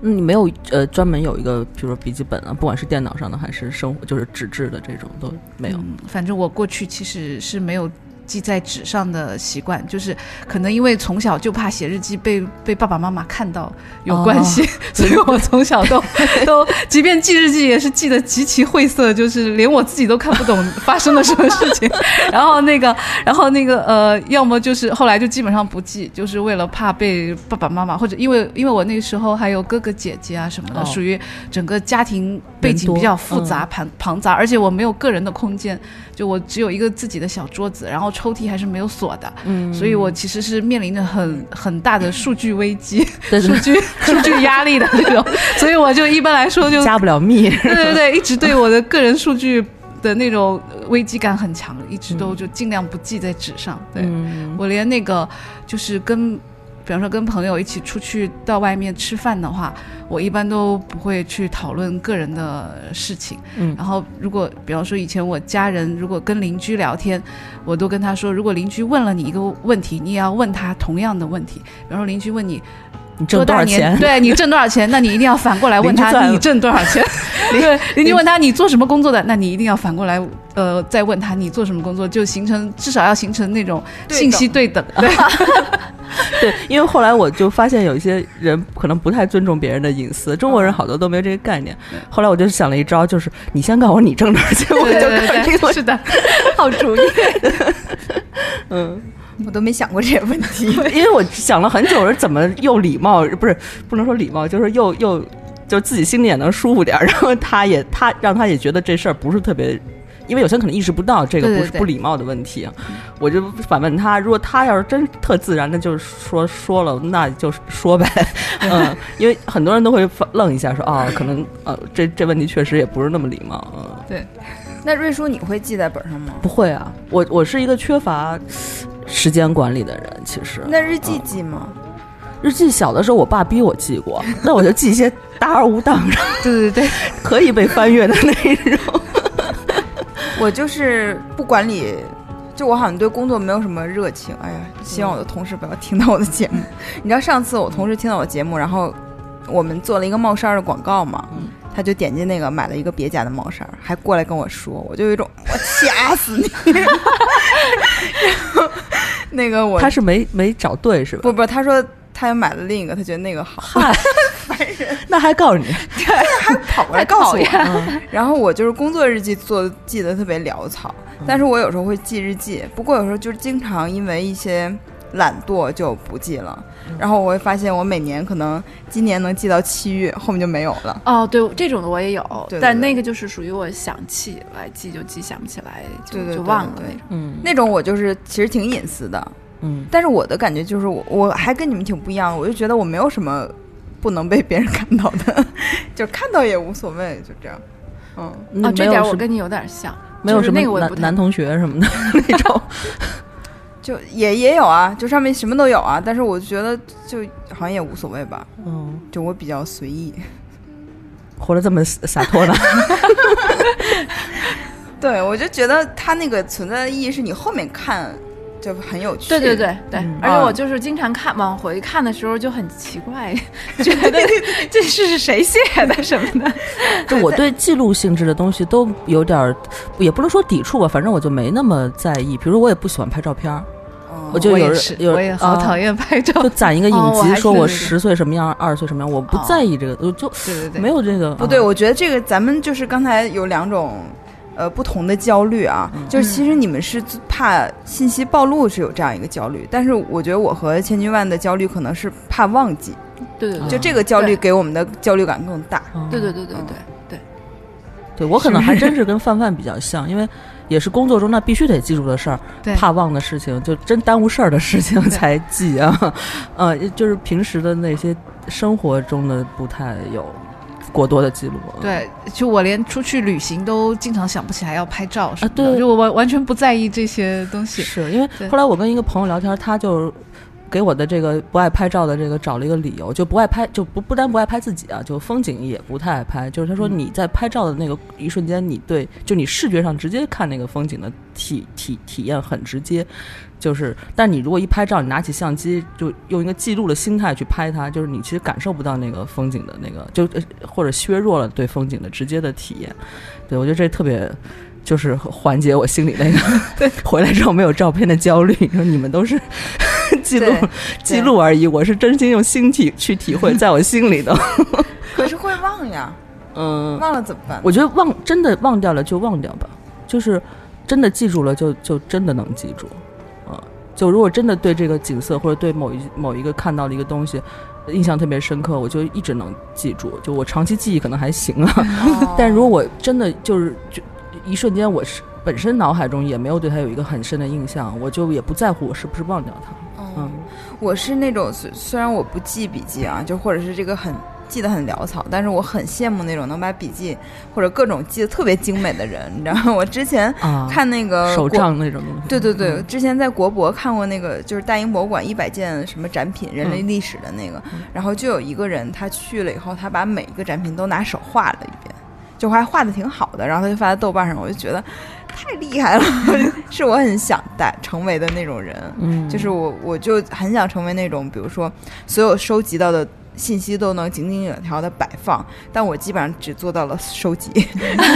那你没有呃专门有一个，比如说笔记本啊，不管是电脑上的还是生活就是纸质的这种都没有。
嗯反正我过去其实是没有。记在纸上的习惯，就是可能因为从小就怕写日记被被爸爸妈妈看到有关系，
哦
所以我从小 都都，即便记日记也是记得极其晦涩，就是连我自己都看不懂发生了什么事 情。然后那个，然后那个呃，要么就是后来就基本上不记，就是为了怕被爸爸妈妈或者因为因为我那时候还有哥哥姐姐啊什么的，
哦
属于整个家庭背
人
景
多嗯
比较复杂庞、庞杂，而且我没有个人的空间，就我只有一个自己的小桌子，然后抽屉还是没有锁的，
嗯
所以我其实是面临着很很大的数据危 机、
但
数
是
据数据压力的这种， 所以我就一般来说就
加不了密。
对对对，一直对我的个人数据的那种呃危机感很强，一直都就尽量不记在纸上。对、
嗯
我连那个就是跟，比方说跟朋友一起出去到外面吃饭的话，我一般都不会去讨论个人的事情。
嗯
然后如果比方说以前我家人如果跟邻居聊天，我都跟他说，如果邻居问了你一个问题，你也要问他同样的问题。比方说邻居问你
你挣多少钱？
对你挣多少钱？那你一定要反过来问
邻居
他
赚
你挣多少钱。 对，邻居问他你做什么工作的，那你一定要反过来呃再问他你做什么工作，就形成至少要形成那种
对
信息对等。对，
对，因为后来我就发现有一些人可能不太尊重别人的隐私，中国
嗯
人好多都没有这个概念。后来我就想了一招，就是你先告诉我你挣多少钱，我
对
就
对
告诉你
对
我
对，是的，
好主意。嗯，
我都没想过这个问 题。
因为我想了很久，我说怎么又礼貌，不是不能说礼貌，就是又又就自己心里也能舒服点儿， 然后他也他让他也觉得这事儿不是特别。因为有些人可能意识不到这个不
对
是
对对
不礼貌的问题，啊我就反问他，如果他要是真特自然的，就是说说了，那就说呗，嗯，因为很多人都会发愣一下说，啊，可能呃，这这问题确实也不是那么礼貌，嗯，
那瑞叔，你会记在本上吗？
不会啊，我我是一个缺乏时间管理的人，其实
那日记记吗？
日记小的时候，我爸逼我记过，那我就记一些大而无当， 然后
对对对，
可以被翻阅的内容。
我就是不管理，就我好像对工作没有什么热情。哎呀，希望我的同事不要听到我的节目。你知道上次我同事听到我节目，然后我们做了一个帽衫儿的广告嘛，
嗯
他就点进那个买了一个别家的帽衫儿，还过来跟我说，我就有一种我掐死 你。然后那个我
他是没没找对是吧？
不不，他说他买了另一个，他觉得那个 好，
嗨，那还告诉你，
跑过来告诉我。嗯 然后我就是工作日记做记得特别潦草，但是我有时候会记日记，不过有时候就是经常因为一些懒惰就不记了。然后我会发现，我每年可能今年能记到七月，后面就没有了。
哦，对，这种的我也有，
对对
但
对
那个就是属于我想起来记就记，想不起来就
对对
就
对
忘了
对
那种。
嗯
那种我就是其实挺隐私的，
哦
嗯，
但是我的感觉就是我我还跟你们挺不一样，我就觉得我没有什么不能被别人看到的， 就是看到也无所谓，就这样。嗯，
那
哦，这
没有
点
什
我
么
跟你有点像，
没有
就是
什么
那个我也
男
不太
男同学什么 的那种，
就也也有啊，就上面什么都有啊，但是我觉得就好像也无所谓吧，
嗯，
就我比较随意。
活得这么洒脱呢？
对，我就觉得它那个存在的意义是你后面看就很有趣。
对对对对，
嗯
而且
啊
我就是经常看往回看的时候就很奇怪，觉得这是谁写的什么的。
就我对记录性质的东西都有点儿，也不能说抵触吧，反正我就没那么在意。比如说，我也不喜欢拍照片儿，
嗯，
我就有
也
人
是，
有
我也好
啊
讨厌拍照。
就攒一个
哦
影
我
集，
还
说
是
我
那个
十岁什么样，二十岁什么样，我不
哦
在意这个，我就
对对对，
没有这个。
不对，
啊
我觉得这个咱们就是刚才有两种呃不同的焦虑啊，
嗯
就是其实你们是怕信息暴露是有这样一个焦虑，但是我觉得我和千军万的焦虑可能是怕忘记，
嗯
对对对
就这个焦虑给我们的焦虑感更大。
对对对对对，
对我可能还真是跟范范比较像，因为也是工作中那必须得记住的事儿，
对
怕忘的事情，就真耽误事儿的事情
对
才记啊。呃，就是平时的那些生活中的不太有过多的记录。，啊
对，就我连出去旅行都经常想不起来要拍照什么的，
啊对
就我完完全不在意这些东西。
是因
对
为后来我跟一个朋友聊天，他就。给我的这个不爱拍照的这个找了一个理由，就不爱拍，就不不单不爱拍自己啊，就风景也不太爱拍。就是他说你在拍照的那个一瞬间，你对就你视觉上直接看那个风景的体体体验很直接，就是，但你如果一拍照，你拿起相机，就用一个记录的心态去拍它，就是你其实感受不到那个风景的那个，就呃或者削弱了对风景的直接的体验。对我觉得这特别，就是缓解我心里那个回来之后没有照片的焦虑。你说你们都是 记录
对对
记录而已，我是真心用心体去体 会，在我心里的，
可是会忘呀，
嗯，
忘了怎么办？
我觉得忘真的忘掉了就忘掉吧，就是真的记住了就就真的能记住，啊，就如果真的对这个景色或者对某一某一个看到的一个东西印象特别深刻，我就一直能记住。就我长期记忆可能还行啊，
哦
但如果我真的就是就一瞬间我是。本身脑海中也没有对它有一个很深的印象，我就也不在乎我是不是忘掉它。
嗯
嗯，，
我是那种虽虽然我不记笔记啊，就或者是这个很记得很潦草，但是我很羡慕那种能把笔记或者各种记得特别精美的人，你知道吗？我之前
啊，
看那个
手
国
账那种东西。
对对对，
嗯
之前在国博看过那个，就是大英博物馆一百件什么展品，人类历史的那个，
嗯
然后就有一个人他去了以后，他把每一个展品都拿手画了一遍，就还画的挺好的，然后他就发在豆瓣上，我就觉得太厉害了， 是我很想带成为的那种人，
嗯，
就是我我就很想成为那种，比如说所有收集到的。信息都能井井有条的摆放，但我基本上只做到了收集。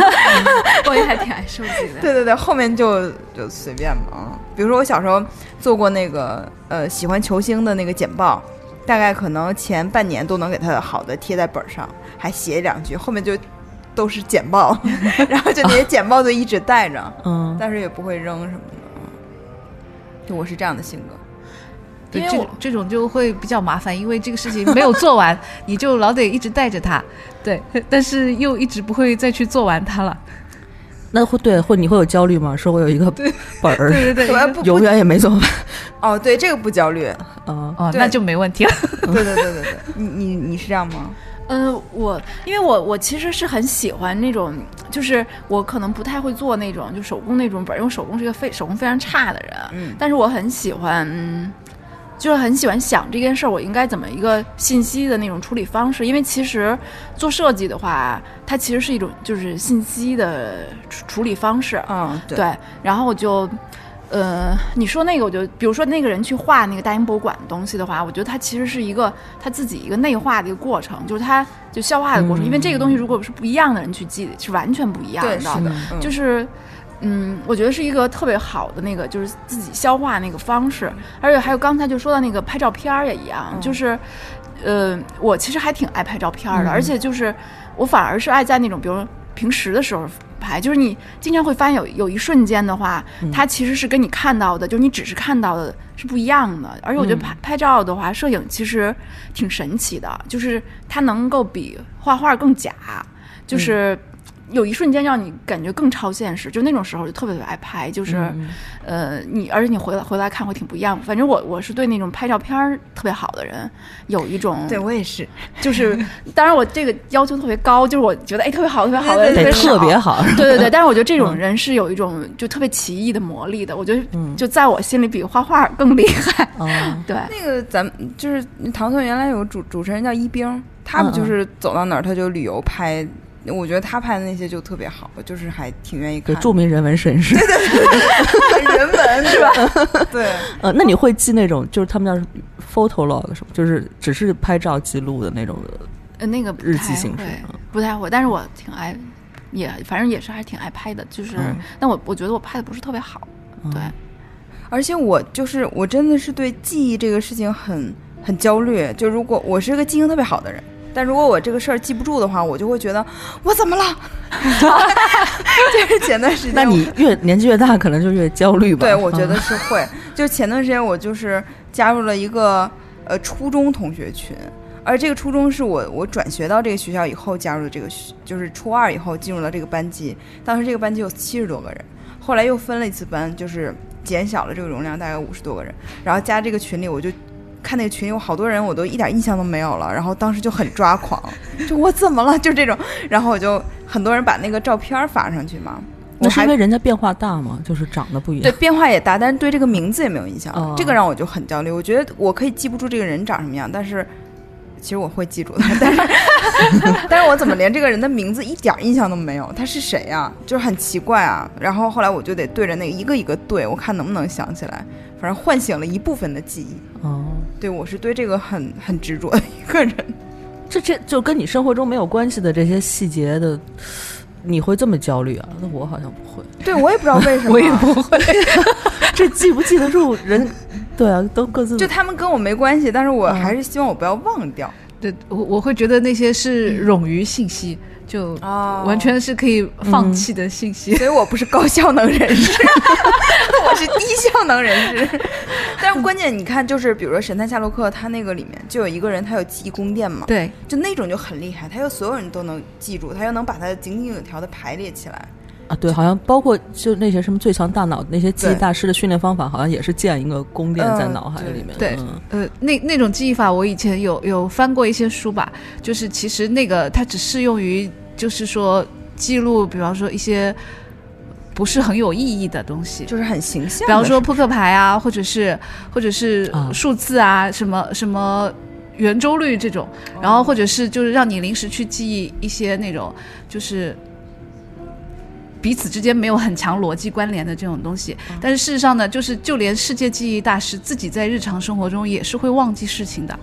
我也还挺爱收集的。
对对对，后面就就随便吧。啊。比如说我小时候做过那个呃喜欢球星的那个简报，大概可能前半年都能给他好的贴在本儿上，还写两句，后面就都是简报， 然后就那些简报就一直带着，
嗯，
但是也不会扔什么的。啊就我是这样的性格，
对
因为
这
我
这种就会比较麻烦，因为这个事情没有做 完，你就老得一直带着它，对，但是又一直不会再去做完它了。
那会对会你会有焦虑吗？说我有一个本 儿，
对对
我
对
要，不
永
不
远也没做完
哦， 对这个不焦虑，
啊。
哦，
对
那就没问题了。
对对对对对，你你你是这样吗？
嗯，我因为我我其实是很喜欢那种，就是我可能不太会做那种就手工那种本儿，因为我手工是一个非手工非常差的人，啊
嗯
但是我很喜欢，嗯，就是很喜欢想这件事儿，我应该怎么一个信息的那种处理方式。因为其实做设计的话，它其实是一种就是信息的处处理方式。
啊，对，
对，然后我就，呃，你说那个，我就比如说那个人去画那个大英博物馆的东西的话，我觉得他其实是一个他自己一个内化的一个过程，就是他就消化的过程。因为这个东西如果是不一样的人去记，是完全不一样的。
嗯对是的，嗯
就是，嗯，我觉得是一个特别好的那个，就是自己消化那个方式。而且还有刚才就说到那个拍照片儿也一样，就是，呃，我其实还挺爱拍照片儿的，而且就是我反而是爱在那种比如平时的时候。拍就是你经常会发现有有一瞬间的话，它其实是跟你看到的，就是你只是看到的是不一样的。而且我觉得拍、拍照的话，摄影其实挺神奇的，就是它能够比画画更假，就是有一瞬间让你感觉更超现实，就那种时候就特别特别爱拍，就是，呃，你而且你回来回来看会挺不一样。反正我我是对那种拍照片儿特别好的人有一种，
对我也是，
就是当然我这个要求特别高，就是我觉得哎特别好特别好的人
对
得
别
特
少
别好，
对对对，但是我觉得这
嗯
种人是有一种就特别奇异的魔力的，我觉得就在我心里比画画更厉害。
啊，
对，
那个咱们就是唐宋原来有个主主持人叫一冰，他们
嗯嗯
就是走到哪儿他就旅游拍，我觉得他拍的那些就特别好，就是还挺愿意
对
看的。
著名人文绅士。
人文是吧？对，
呃，那你会记那种就是他们叫什么 photo log 什么，就是只是拍照记录的那种的
呃，那个不
日
太
记形式
会
嗯
不太会，但是我挺爱，也反正也是还挺爱拍的，就是，
嗯
但我我觉得我拍的不是特别好，对，
而且我就是我真的是对记忆这个事情很很焦虑。就如果我是个记性特别好的人，但如果我这个事儿记不住的话，我就会觉得我怎么了？ 就是前段时间，
那你越年纪越大，可能就越焦虑吧？
对，我觉
嗯
得是会。就前段时间我就是加入了一个呃初中同学群，而这个初中是我我转学到这个学校以后加入的这个学，就是初二以后进入了这个班级。当时这个班级有七十多个人，后来又分了一次班，就是减小了这个容量，大概五十多个人。然后加这个群里，我就。看那个群里有好多人，我都一点印象都没有了。然后当时就很抓狂， 就我怎么了，就这种。然后我就很多人把那个照片儿发上去嘛，我
那是
还
因为人家变化大嘛，就是长得不一
对
样。
变化也大，但是对这个名字也没有印象了，
哦
这个让我就很焦虑。我觉得我可以记不住这个人长什么样，但是其实我会记住的，但是 但是我怎么连这个人的名字一点印象都没有？他是谁呀、就是很奇怪啊。然后后来我就得对着那个一个一个对，我看能不能想起来，反正唤醒了一部分的记忆。
哦，
对我是对这个很很执着的一个人。
这这就跟你生活中没有关系的这些细节的，你会这么焦虑啊？那我好像不会，
对我也不知道为什么，
嗯
啊
会。这记不记得住人？ 对啊，都各自
就他们跟我没关系，但是我
嗯
还是希望我不要忘掉
对我我会觉得那些是冗余信息，就
哦
啊
完全是可以
嗯
放弃的信息。
所以我不是高效能人士， 我是低效能人士。但是关键你看，就是比如说《神探夏洛克》，他那个里面就有一个人，他有记忆宫殿嘛，
对，
就那种就很厉害，他又所有人都能记住，他又能把他井井有条的排列起来。
啊，对，好像包括就那些什么最强大脑那些记忆
对
大师的训练方法，好像也是建一个宫殿在
嗯
脑海
对
里面。
对
嗯
呃，那那种记忆法，我以前有有翻过一些书吧，就是其实那个它只适用于，就是说记录，比方说一些不是很有意义的东西，
就是很形象的。
比方说扑克牌啊，或者是或者是
啊
数字啊，什么什么圆周率这种，
哦
然后或者是就是让你临时去记忆一些那种就是。彼此之间没有很强逻辑关联的这种东西，
哦
但是事实上呢，就是就连世界记忆大师自己在日常生活中也是会忘记事情的，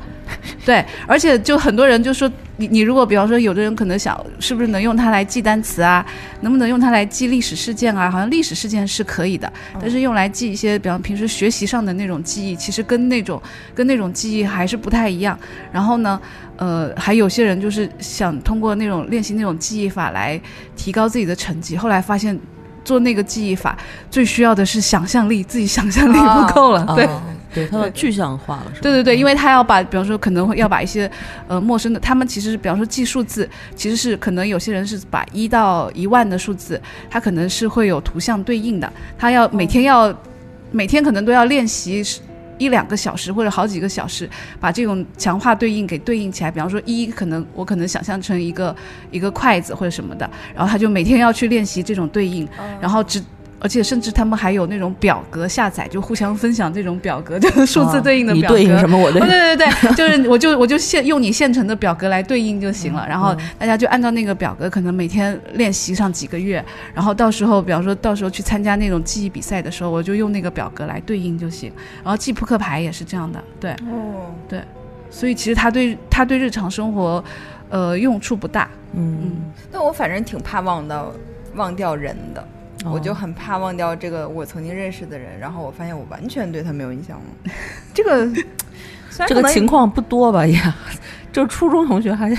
对，而且就很多人就说你你如果比方说有的人可能想是不是能用它来记单词啊，能不能用它来记历史事件啊？好像历史事件是可以的，但是用来记一些，比方平时学习上的那种记忆，其实跟那种跟那种记忆还是不太一样。然后呢，呃，还有些人就是想通过那种练习那种记忆法来提高自己的成绩，后来发现做那个记忆法最需要的是想象力，自己想象力不够了，
啊
对。
对，它要
对
具象化了，是吧
对对对，因为他要把，比方说可能会要把一些，呃，陌生的，他们其实是，比方说记数字，其实是可能有些人是把一到一万的数字，他可能是会有图像对应的，他要每天要，每天可能都要练习是一两个小时或者好几个小时，把这种强化对应给对应起来。比方说一，可能我可能想象成一个一个筷子或者什么的，然后他就每天要去练习这种对应，然后只。而且甚至他们还有那种表格下载，就互相分享这种表格， 就是数字
啊
对应的
你
表格。
对应什么，我对
对对对对，就是我就我就现用你现成的表格来对应就行
嗯
了，然后大家就按照那个表格，可能每天练习上几个月，然后到时候，比方说到时候去参加那种记忆比赛的时候，我就用那个表格来对应就行。然后记扑克牌也是这样的，对，
哦，
所以其实它对它对日常生活，呃，用处不大。
嗯，
但我反正挺怕忘到忘掉人的。
嗯
哦
我就很怕忘掉这个我曾经认识的人，然后我发现我完全对他没有印象了。 这个虽然
这
可
个
能
情况不多吧？也， 就是初中同学还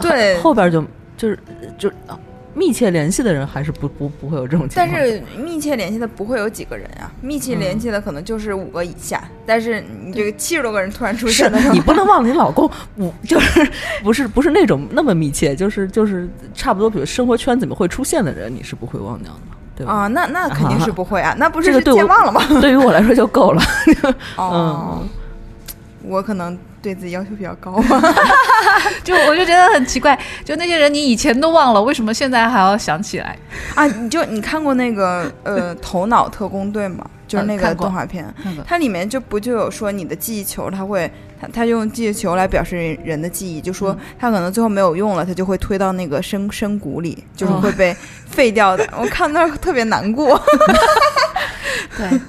对
后边就就是就是啊密切联系的人还是不不不会有这种情况。
但是密切联系的不会有几个人啊，密切联系的可能就是五个以下。但是你这个七十多个人突然出
是
现的时候
你，不能忘了你老 公，不就是不是不是那种那么密切，就是就是差不多，比如生活圈子里面会出现的人，你是不会忘掉的，对吧？
啊，那那肯定是不会啊，那不
这
是
个
是
对我
健忘了吗？
对于我来说就够 了。嗯
哦，我可能对自己要求比较高吧。
就我就觉得很奇怪，就那些人你以前都忘了，为什么现在还要想起来？
啊，你就你看过那个呃《头脑特工队》吗？就是
嗯
那个
看过
动画片，
那个
它里面就不就有说你的记忆球，它会它它用记忆球来表示人的记忆，就说它可能最后没有用了，它就会推到那个深深谷里，就是
哦
会被废掉的。我看那儿特别难过，
对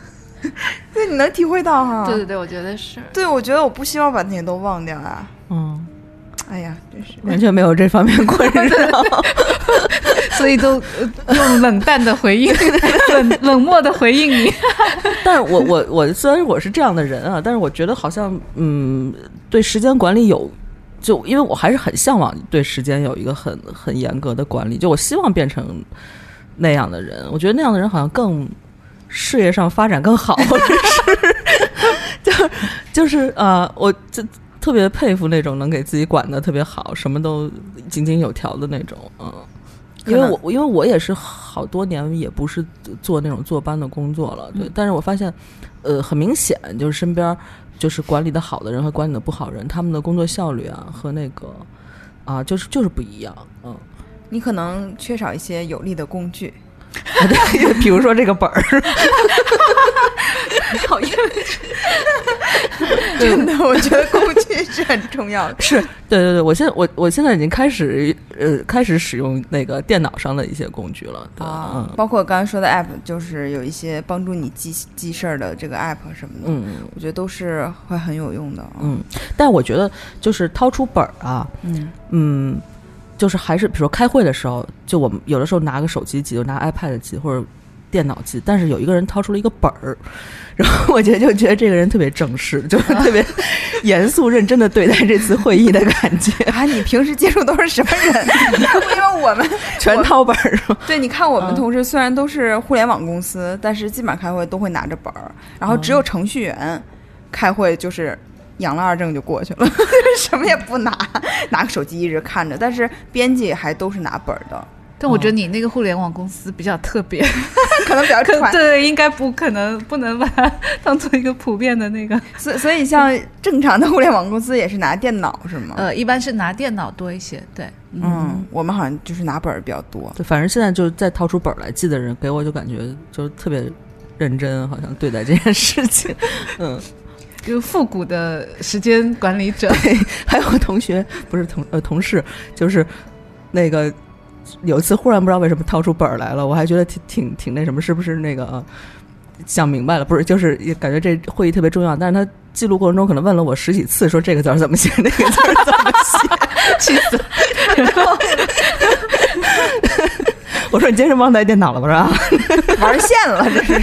对，你能体会到哈？
对对对，我觉得是。
对，我觉得我不希望把那些都忘掉啊。
嗯，
哎呀，真是
完全没有这方面困 扰。
所以都、呃用冷淡的回应，冷冷漠的回应你。
但是我我我虽然我是这样的人啊，但是我觉得好像嗯，对时间管理有就因为我还是很向往对时间有一个很很严格的管理，就我希望变成那样的人。我觉得那样的人好像更事业上发展更 好，或者是就就是呃，我就特别佩服那种能给自己管的特别好，什么都井井有条的那种，嗯。因为我因为我也是好多年也不是做那种坐班的工作了，对，但是我发现，呃，很明显就是身边儿就是管理的好的人和管理的不好人，他们的工作效率啊和那个啊就是就是不一样，嗯，
你可能缺少一些有力的工具。
啊对， 比如说这个本儿，
讨厌，
真的，我觉得工具是很重要的。
是对对对，我现在我我现在已经开始呃开始使用那个电脑上的一些工具了，对，
啊，
嗯
包括刚才说的 app，就是有一些帮助你记记事儿的这个 app 什么的，
嗯。
我觉得都是会很有用的。
嗯，但我觉得就是掏出本儿啊，
嗯
嗯，就是还是比如说开会的时候，就我们有的时候拿个手机记，就拿 iPad 记或者电脑记，但是有一个人掏出了一个本儿，然后我觉得就觉得这个人特别正式， 就是特别严肃认真的对待这次会议的感觉，
啊，你平时接触都是什么人？ 因为我们
全掏本儿是吧
对，你看我们
嗯
同事虽然都是互联网公司，但是基本上开会都会拿着本儿，然后只
嗯
有程序员开会就是养了二证就过去了， 什么也不拿， 拿个手机一直看着。但是编辑还都是拿本儿的，
但我觉得你那个互联网公司比较特别，
可能 比较
可
传。
对，应该不可能不能把它当做一个普遍的那个。
所以所以像正常的互联网公司也是拿电脑是吗？
嗯
呃，一般是拿电脑多一些，对，
嗯，我们好像就是拿本儿比较多。
对，反正现在就再掏出本儿来记的人，给我就感觉就是特别认真，好像对待这件事情， 嗯。
就是复古的时间管理 者。
还有同学不是同呃同事，就是那个有一次忽然不知道为什么掏出本儿来了，我还觉得挺挺挺那什么，是不是那个、呃想明白了？不是，就是也感觉这会议特别重要，但是他记录过程中可能问了我十几次，说这个字儿怎么写，那个字儿怎么写，气死了。 我说你今天是忘带电脑了吧？是吧？
玩线了，这是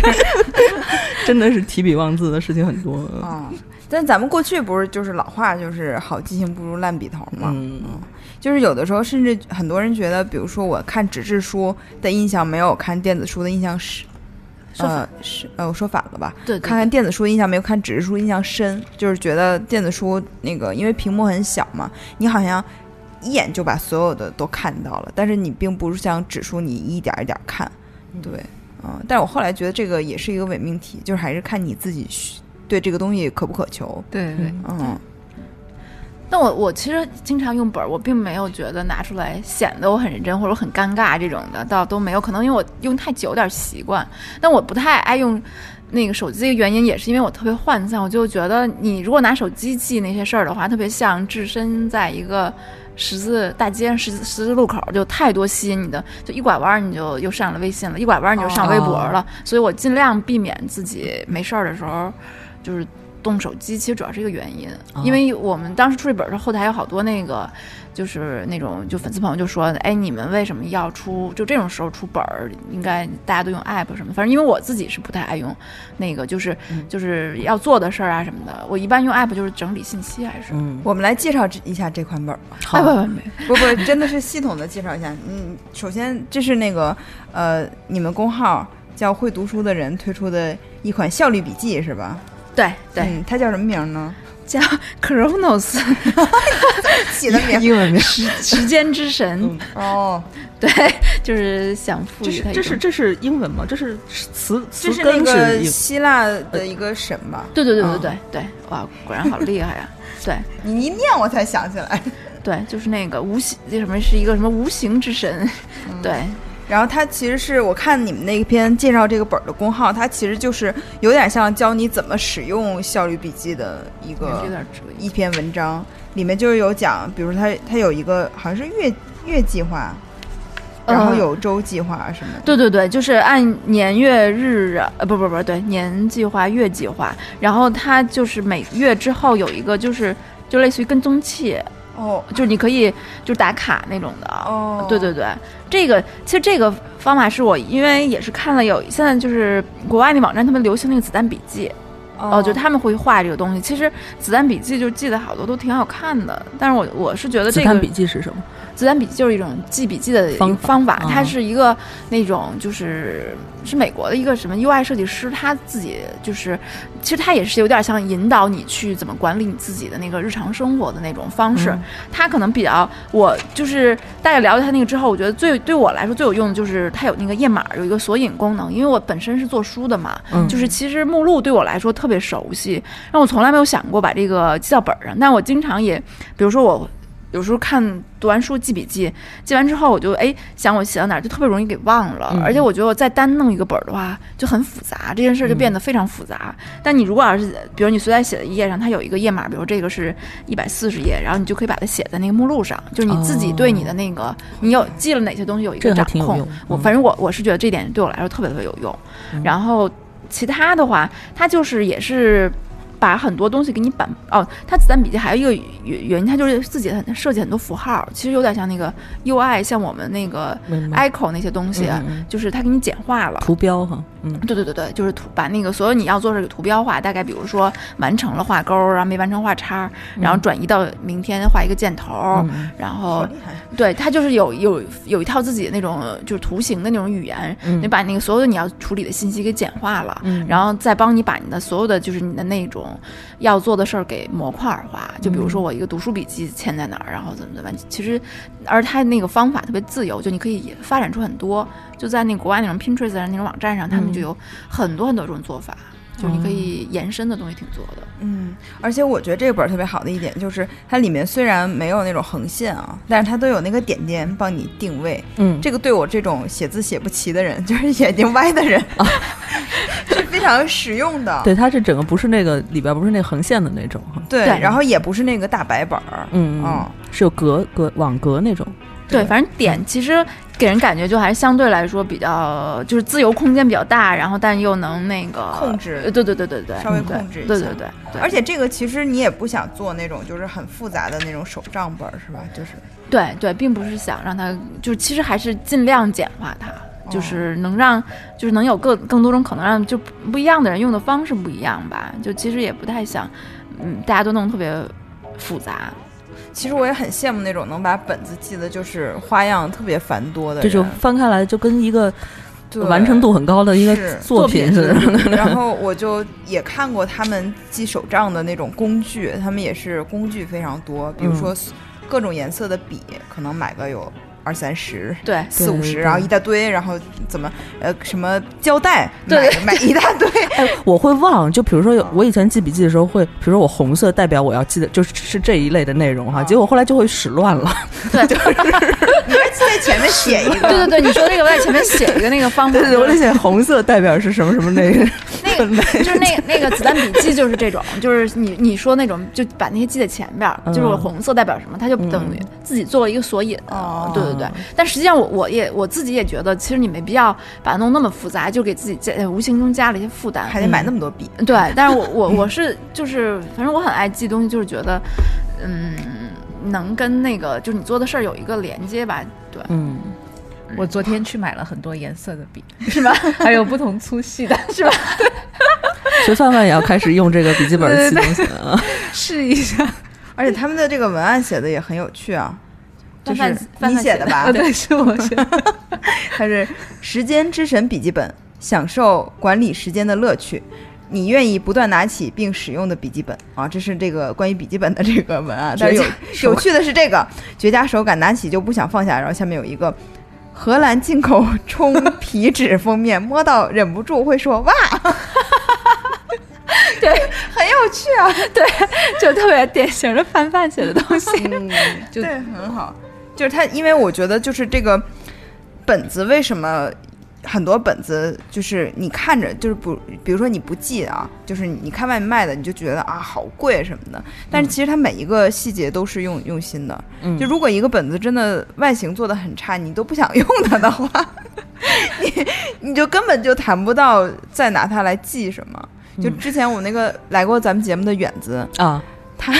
真的是提笔忘字的事情很多。
啊、
嗯
但咱们过去不是就是老话，就是好记性不如烂笔头嘛。
嗯
就是有的时候，甚至很多人觉得，比如说我看纸质书的印象没有看电子书的印象深，
说法
呃是呃我说反了吧？
对，对
看看电子书的印象没有看纸质书印象深，就是觉得电子书那个因为屏幕很小嘛，你好像一眼就把所有的都看到了，但是你并不是像纸书你一点儿一点儿看，对，嗯、但是我后来觉得这个也是一个伪命题，就是还是看你自己需对这个东西渴不渴求，
对对，
嗯，
但我我其实经常用本儿，我并没有觉得拿出来显得我很认真或者我很尴尬这种的，倒都没有。可能因为我用太久有点习惯，但我不太爱用那个手机的原因也是因为我特别涣散，我就觉得你如果拿手机记那些事儿的话，特别像置身在一个十字大街十字十字路口，就太多吸引你的，就一拐弯儿你就又上了微信了，一拐弯儿你就上微博了。所以我尽量避免自己没事儿的时候就是动手机，其实主要是一个原因，
啊
因为我们当时出这本儿的时候，后台有好多那个。就是那种，就粉丝朋友就说，哎，你们为什么要出？就这种时候出本儿，应该大家都用 app 什么？反正因为我自己是不太爱用那个，就是、
嗯
就是要做的事儿啊什么的。我一般用 app 就是整理信息，还是、
嗯，
我们来介绍这一下这款本儿吧。
好嗯
哎 不不不，
不不，真的是系统的介绍一下。嗯，首先这是那个呃，你们公号叫“会读书的人”推出的一款效率笔记是吧？
对对，
嗯，它叫什么名呢？
叫 Chronos
起的名
英文名。
时时间之神
嗯，
哦，
对，就是想赋
这
予
是
它一
这是
种
这是英文吗？这是词词
这是那
根
个
英
希腊的一个神吧？
对对对对
嗯
对对，哇，果然好厉害啊呀、对
呃你一念我才想起来。
对，就是那个无形，那什么是一个什么无形之神，
嗯
对，
然后它其实是我看你们那篇介绍这个本儿的公号，它其实就是有点像教你怎么使用效率笔记的一个
有点注意。
一篇文章，里面就是有讲，比如它它有一个好像是月月计划，
嗯
然后有周计划什么的。
对对对，就是按年月日啊呃不不不对，年计划、月计划，然后它就是每月之后有一个就是就类似于跟踪器，
哦
就是你可以就是打卡那种的。
哦
对对对，这个其实这个方法是我因为也是看了有现在就是国外那网站他们流行那个子弹笔记，
哦
哦，就他们会画这个东西。其实《子弹笔记》就记得好多都挺好看的，但是我我是觉得
子
这
弹
个
笔记是什么？
子弹笔记就是一种记笔记的一个
方法
方法
嗯
它是一个那种就是是美国的一个什么 UI 设计师，他自己就是其实他也是有点像引导你去怎么管理你自己的那个日常生活的那种方式。
嗯
他可能比较我就是大概了解他那个之后，我觉得最对我来说最有用的就是他有那个页码有一个索引功能，因为我本身是做书的嘛，
嗯
就是其实目录对我来说特别熟悉，但我从来没有想过把这个记到本儿上。但我经常也，比如说我有时候看读完书记笔记，记完之后我就哎想我写到哪儿，就特别容易给忘了。
嗯
而且我觉得我再单弄一个本儿的话就很复杂，这件事儿就变
嗯
得非常复杂。但你如果要是比如你随便写的一页上，它有一个页码，比如这个是一百四十页，然后你就可以把它写在那个目录上，就是你自己
哦
对你的那个、你有记了哪些东西有一
这
个
个还
掌
挺有
控
用。。
我
嗯
反正我我是觉得这点对我来说特别特别有用。
嗯
然后其他的话，它就是也是把很多东西给你板哦，它子弹笔记还有一个原原因，它就是自己很设计很多符号，其实有点像那个 UI，像我们那个
明白
ICO 那些东西，
嗯嗯嗯
就是它给你简化了。
图标哈，嗯，
对对对对，就是图把那个所有你要做这个图标化，大概比如说完成了画勾，然后没完成画叉，然后转移到明天画一个箭头，
嗯
然
好
后
厉害，
对，它就是有有有一套自己的那种就是图形的那种语言，
嗯
你把那个所有的你要处理的信息给简化了，
嗯
然后再帮你把你的所有的就是你的那种要做的事儿给模块化。就比如
嗯
说我一个读书笔记嵌在哪儿，然后怎么怎么，其实而它那个方法特别自由，就你可以发展出很多。就在那国外那种 Pinterest 上那种网站上，他们
嗯
就有很多很多种做法，就是你可
哦
以延伸的东西挺多的。
嗯，而且我觉得这本儿特别好的一点就是，它里面虽然没有那种横线啊，但是它都有那个点点帮你定位。
嗯，
这个对我这种写字写不齐的人， 就是眼睛歪的人， 是非常实用的。
对，它这整个不是那个里边不是那横线的那种哈，
对
对
然后也不是那个大白本儿，
嗯
嗯，
是有格格网格那种，
对，
对嗯
反正点其实给人感觉就还是相对来说比较就是自由空间比较大，然后但又能那个
控制
呃对对对对对，
稍微
对
控制一
对
下
对对对，
而且这个其实你也不想做那种就是很复杂的那种手账本儿，是吧？就是
对对，并不是想让它，就是其实还是尽量简化它，就
哦
是能让就是能有更更多种可能让就不一样的人用的方式不一样吧，就其实也不太想，嗯，大家都弄得特别复杂，
其实我也很羡慕那种能把本子记得就是花样特别繁多的
这
人，
就翻开来就跟一个
对
完成度很高的一
是
个作品似的。
然后我就也看过他们记手账的那种工具，他们也是工具非常多，比如说各种颜色的笔，可能买个有二三十。
对
四五
对
十，
对
然后一大堆，然后怎么呃什么胶带，
对
买买一大堆，
哎 我会忘，就比如说有我以前记笔记的时候会，比如说我红色代表我要记的就是是这一类的内容哈，
啊
结果后来就会使乱了。
对对
在前面写一个，
对对，你说那个我在前面写一个那个方法，
对对 对，我得写红色代表是什么什么那个。
那个 就是那那个子弹笔记就是这种，就是你你说那种就把那些记在前边儿，
嗯
就是我红色代表什么，它就等于自己做了一个索引。
哦
对对对。但实际上我我也我自己也觉得，其实你没必要把它弄那么复杂，就给自己加呃无形中加了一些负担。
还得买那么多笔，
对，但是我我 我是就是，反正我很爱记东西，就是觉得，嗯，能跟那个就是你做的事儿有一个连接吧。对，
嗯，
我昨天去买了很多颜色的 笔，是吧？还有不同粗细的，是吧？
所以范范也要开始用这个笔记本儿记东西了啊。
试一下，
而且他们的这个文案写的也很有趣啊，就
翻
是
翻翻
你
翻
写的 吧？
呃对，是我写 的。
它是《时间之神笔记本》，享受管理时间的乐趣。你愿意不断拿起并使用的笔记本啊，这是这个关于笔记本的这个文啊案。但是有有趣的是这个绝佳手感，拿起就不想放下。然后下面有一个荷兰进口 冲皮纸封面，摸到忍不住会说哇，
对，
很有趣啊，
就特别典型的范范写的东西。
嗯，对，很好。就是它，因为我觉得就是这个本子为什么很多本子就是你看着就是不，比如说你不记啊，就是你看外面卖的，你就觉得啊好贵什么的，但是其实它每一个细节都是用用心的。
嗯
就如果一个本子真的外形做的很差，你都不想用它的话， 你你就根本就谈不到再拿它来记什么。就之前我那个来过咱们节目的远子，
啊，
他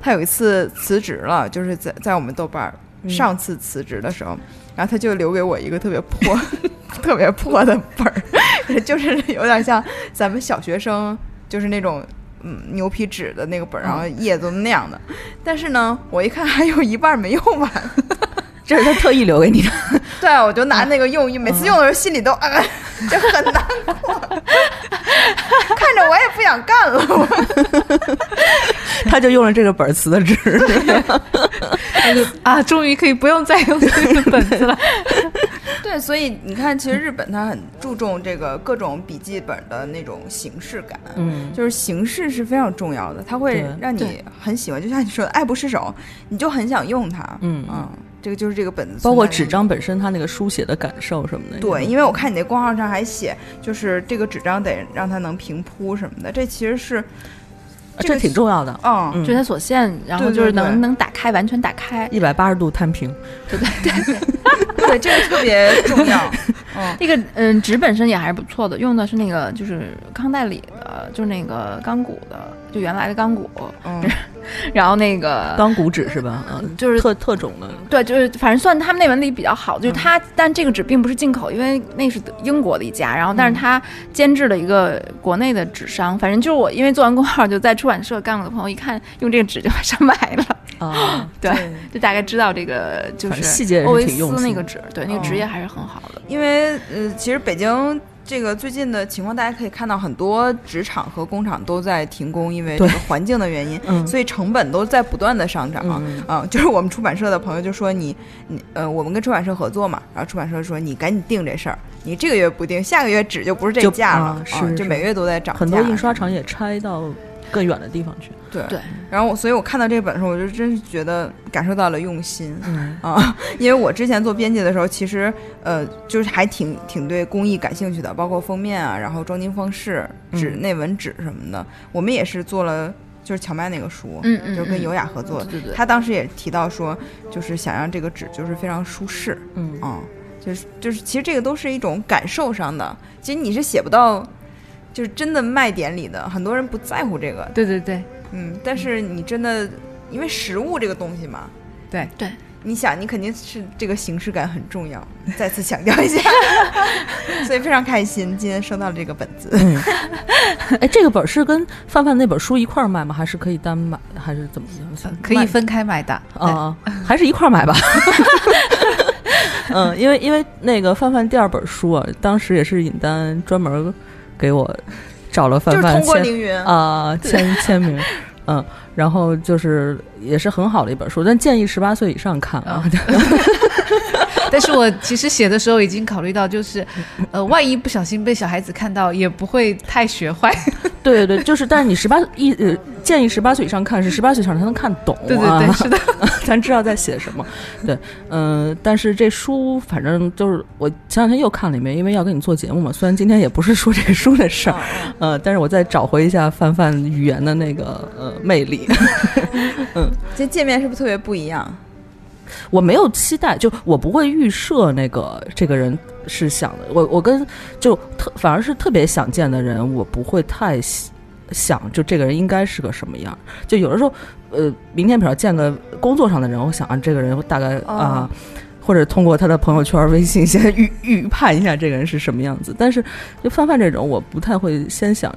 他有一次辞职了，就是在在我们豆瓣儿、上次辞职的时候，然后他就留给我一个特别破、 特别破的本儿，就是有点像咱们小学生就是那种嗯牛皮纸的那个本儿，然后叶子那样的。但是呢，我一看还有一半没用完，
这是他特意留给你的。
对啊我就拿那个用，每次用的时候心里都啊、 就很难过， 看着我也不想干了。我
他就用了这个本儿辞的 职。
啊，终于可以不用再用这个本子了。
对，所以你看，其实日本它很注重这个各种笔记本的那种形式感，
嗯，
就是形式是非常重要的，它会
对
让你
对
很喜欢，就像你说的爱不释手，你就很想用它。
嗯
这个就是这个本子，
包括纸。张嗯本身，它那个书写的感受什么的。
对，因为我看你那公号上还写，就是这个纸张得让它能平铺什么的，这其实是，
啊
这个
这挺重要的。
嗯，
嗯
就它所限，然后
对
就是
对对
能能打开，完全打 开。
一百八十度摊平，
对，这个特别 重要。嗯，
那个嗯，纸本身也还是不错的，用的是那个就是康代理的，就是那个钢骨的，就原来的钢骨，
嗯，
然后那个
钢骨纸是吧？嗯，
就是
特特种的。
对，就是反正算他们那文理比较好，就是它，但这个纸并不是进口，因为那是德英国的一家，然后但是它监制了一个国内的纸商，反正就是我因为做完工号就在出版社干过的朋友，一看用这个纸就马上买了，
啊，
对，就大概知道这个就
反
是
正细节也是
欧维
挺用
斯那
心
个纸，对，那个
哦
职业还是很好的，
因为呃，其实北京这个最近的情况，大家可以看到很多职场和工厂都在停工，因为这
对
个环境的原因，
嗯
所以成本都在不断的上涨。
嗯
啊，就是我们出版社的朋友就说你，你呃，我们跟出版社合作嘛，然后出版社说你赶紧定这事儿，你这个月不定，下个月纸就不是这
就
价了，
啊是
啊
是
就每月都在涨价。
很多印刷厂也拆到更远的地方去。
对
对。
然后我，所以我看到这本的时候，我就真是觉得感受到了用心。
嗯，
啊，因为我之前做编辑的时候，其实呃，就是还挺挺对工艺感兴趣的，包括封面啊，然后装订方式、纸、
嗯
内文纸什么的，我们也是做了，就是荞麦那个书，
嗯嗯，
就跟
嗯
优雅合作，
对对对，
他当时也提到说，就是想让这个纸就是非常舒适，
嗯
啊，就是就是其实这个都是一种感受上的，其实你是写不到。就是真的卖点里的，很多人不在乎这个，
对对对，
嗯，但是你真的，因为食物这个东西嘛，
对
对，
你想，你肯定是这个形式感很重要，再次强调一下， 所以非常开心今天收到了这个本子，
哎，这个本儿是跟范范那本书一块儿卖吗？还是可以单买？还是怎么样？
呃可以分开买的。
嗯
啊，还是一块儿买吧。 嗯，因为因为那个范范第二本书啊，当时也是尹丹专门给我找了
就
范
是
范
通过
签
凌云，
啊、签签名，嗯，然后就是也是很好的一本书，但建议十八岁以上看啊。
但是我其实写的时候已经考虑到，就是，呃，万一不小心被小孩子看到，也不会太学坏。
对对对，就是，但是你十八一呃，建议十八岁以上看是十八岁以上才能看懂、啊，
对对对，是的，
咱知道在写什么。对，嗯、但是这书反正就是我前两天又看了一遍，因为要跟你做节目嘛。虽然今天也不是说这个书的
嗯
事儿，
嗯
呃，但是我再找回一下范范语言的那个呃魅力。
这界面是不是特别不一样？
我没有期待，就我不会预设那个这个人是想的。我我跟就特反而是特别想见的人，我不会太喜想就这个人应该是个什么样儿。就有的时候，呃，明天比如见个工作上的人，我想啊，这个人大概
哦
啊。或者通过他的朋友圈、微信先 预预判一下这个人是什么样子，但是就范范这种，我不太会先想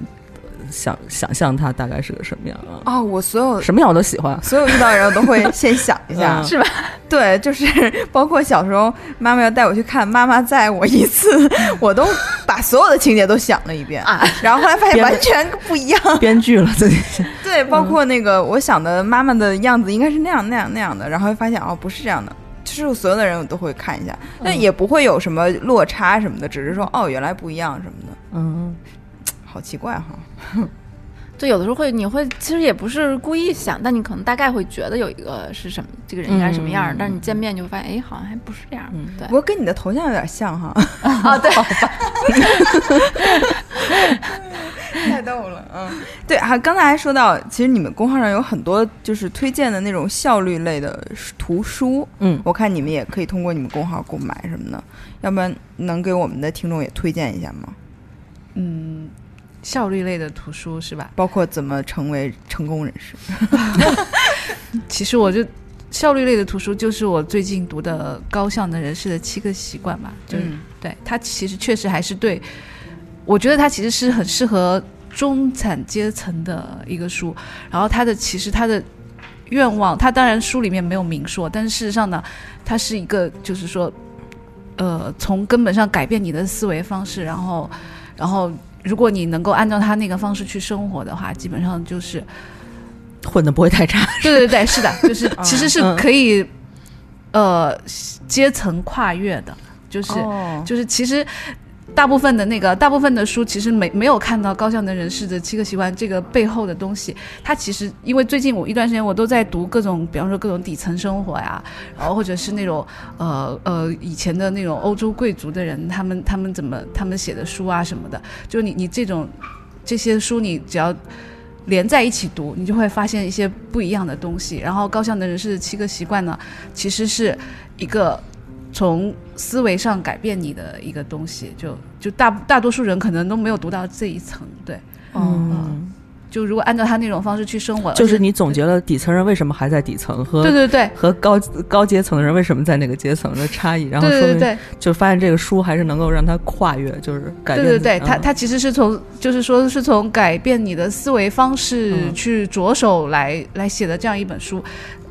想想象他大概是个什么样啊，
哦，我所有
什么样我都喜欢。
所有遇到的人我都会先想一下，
嗯
是吧？
对，就是 包括小时候妈妈要带我去看《妈妈在我一次》， 我都把所有的情节都想了一遍
啊，
然后后来发现
编
完
的
全不一样。嗯
编剧了自己，
对，包括那个我想的妈妈的样子应该是那样那样那样的，然后会发现哦不是这样的，就是所有的人我都会看一下，但
嗯
也不会有什么落差什么的，只是说哦原来不一样什么的，
嗯，
好奇怪哈。
就有的时候会，你会其实也不是故意想，但你可能大概会觉得有一个是什么，这个人应该是什么样儿，
嗯
但是你见面就会发现，哎，好像还不是这样儿。对
不，过跟你的头像有点像哈，
啊，对，
太逗了，嗯，对，还刚才还说到，其实你们公号上有很多就是推荐的那种效率类的图书，
嗯
我看你们也可以通过你们公号购买什么的，要不然能给我们的听众也推荐一下吗？
嗯，效率类的图书是吧？
包括怎么成为成功人士，
其实我就效率类的图书就是我最近读的《高效能人士的七个习惯》
嗯
吧，就是、对它其实确实还是对，我觉得它其实是很适合中产阶层的一个书，然后他的其实他的愿望，他当然书里面没有明说，但是事实上呢，他是一个就是说，呃，从根本上改变你的思维方式，然后，然后如果你能够按照他那个方式去生活的话，基本上就是，
混的不会太差。
对对对，是的，就是其实是
嗯
可以，呃，阶层跨越的，就是。
哦
就是其实大部分的那个大部分的书，其实没没有看到高效能人士的七个习惯这个背后的东西。它其实因为最近我一段时间我都在读各种，比方说各种底层生活呀，然后或者是那种呃呃以前的那种欧洲贵族的人，他们他们怎么他们写的书啊什么的，就你你这种这些书，你只要。连在一起读，你就会发现一些不一样的东西。然后，高效能人士的七个习惯呢，其实是一个从思维上改变你的一个东西，就就大大多数人可能都没有读到这一层，对，
嗯，
就如果按照他那种方式去生活，
就是
而且
你总结了底层人为什么还在底层和
对对对
和高高阶层的人为什么在那个阶层的差异，然后
对
说
对
明
对
就发现这个书还是能够让他跨越，就是改
对
变自
对
己。
对，他
嗯
他其实是从就是说是从改变你的思维方式
嗯
去着手来来写的这样一本书，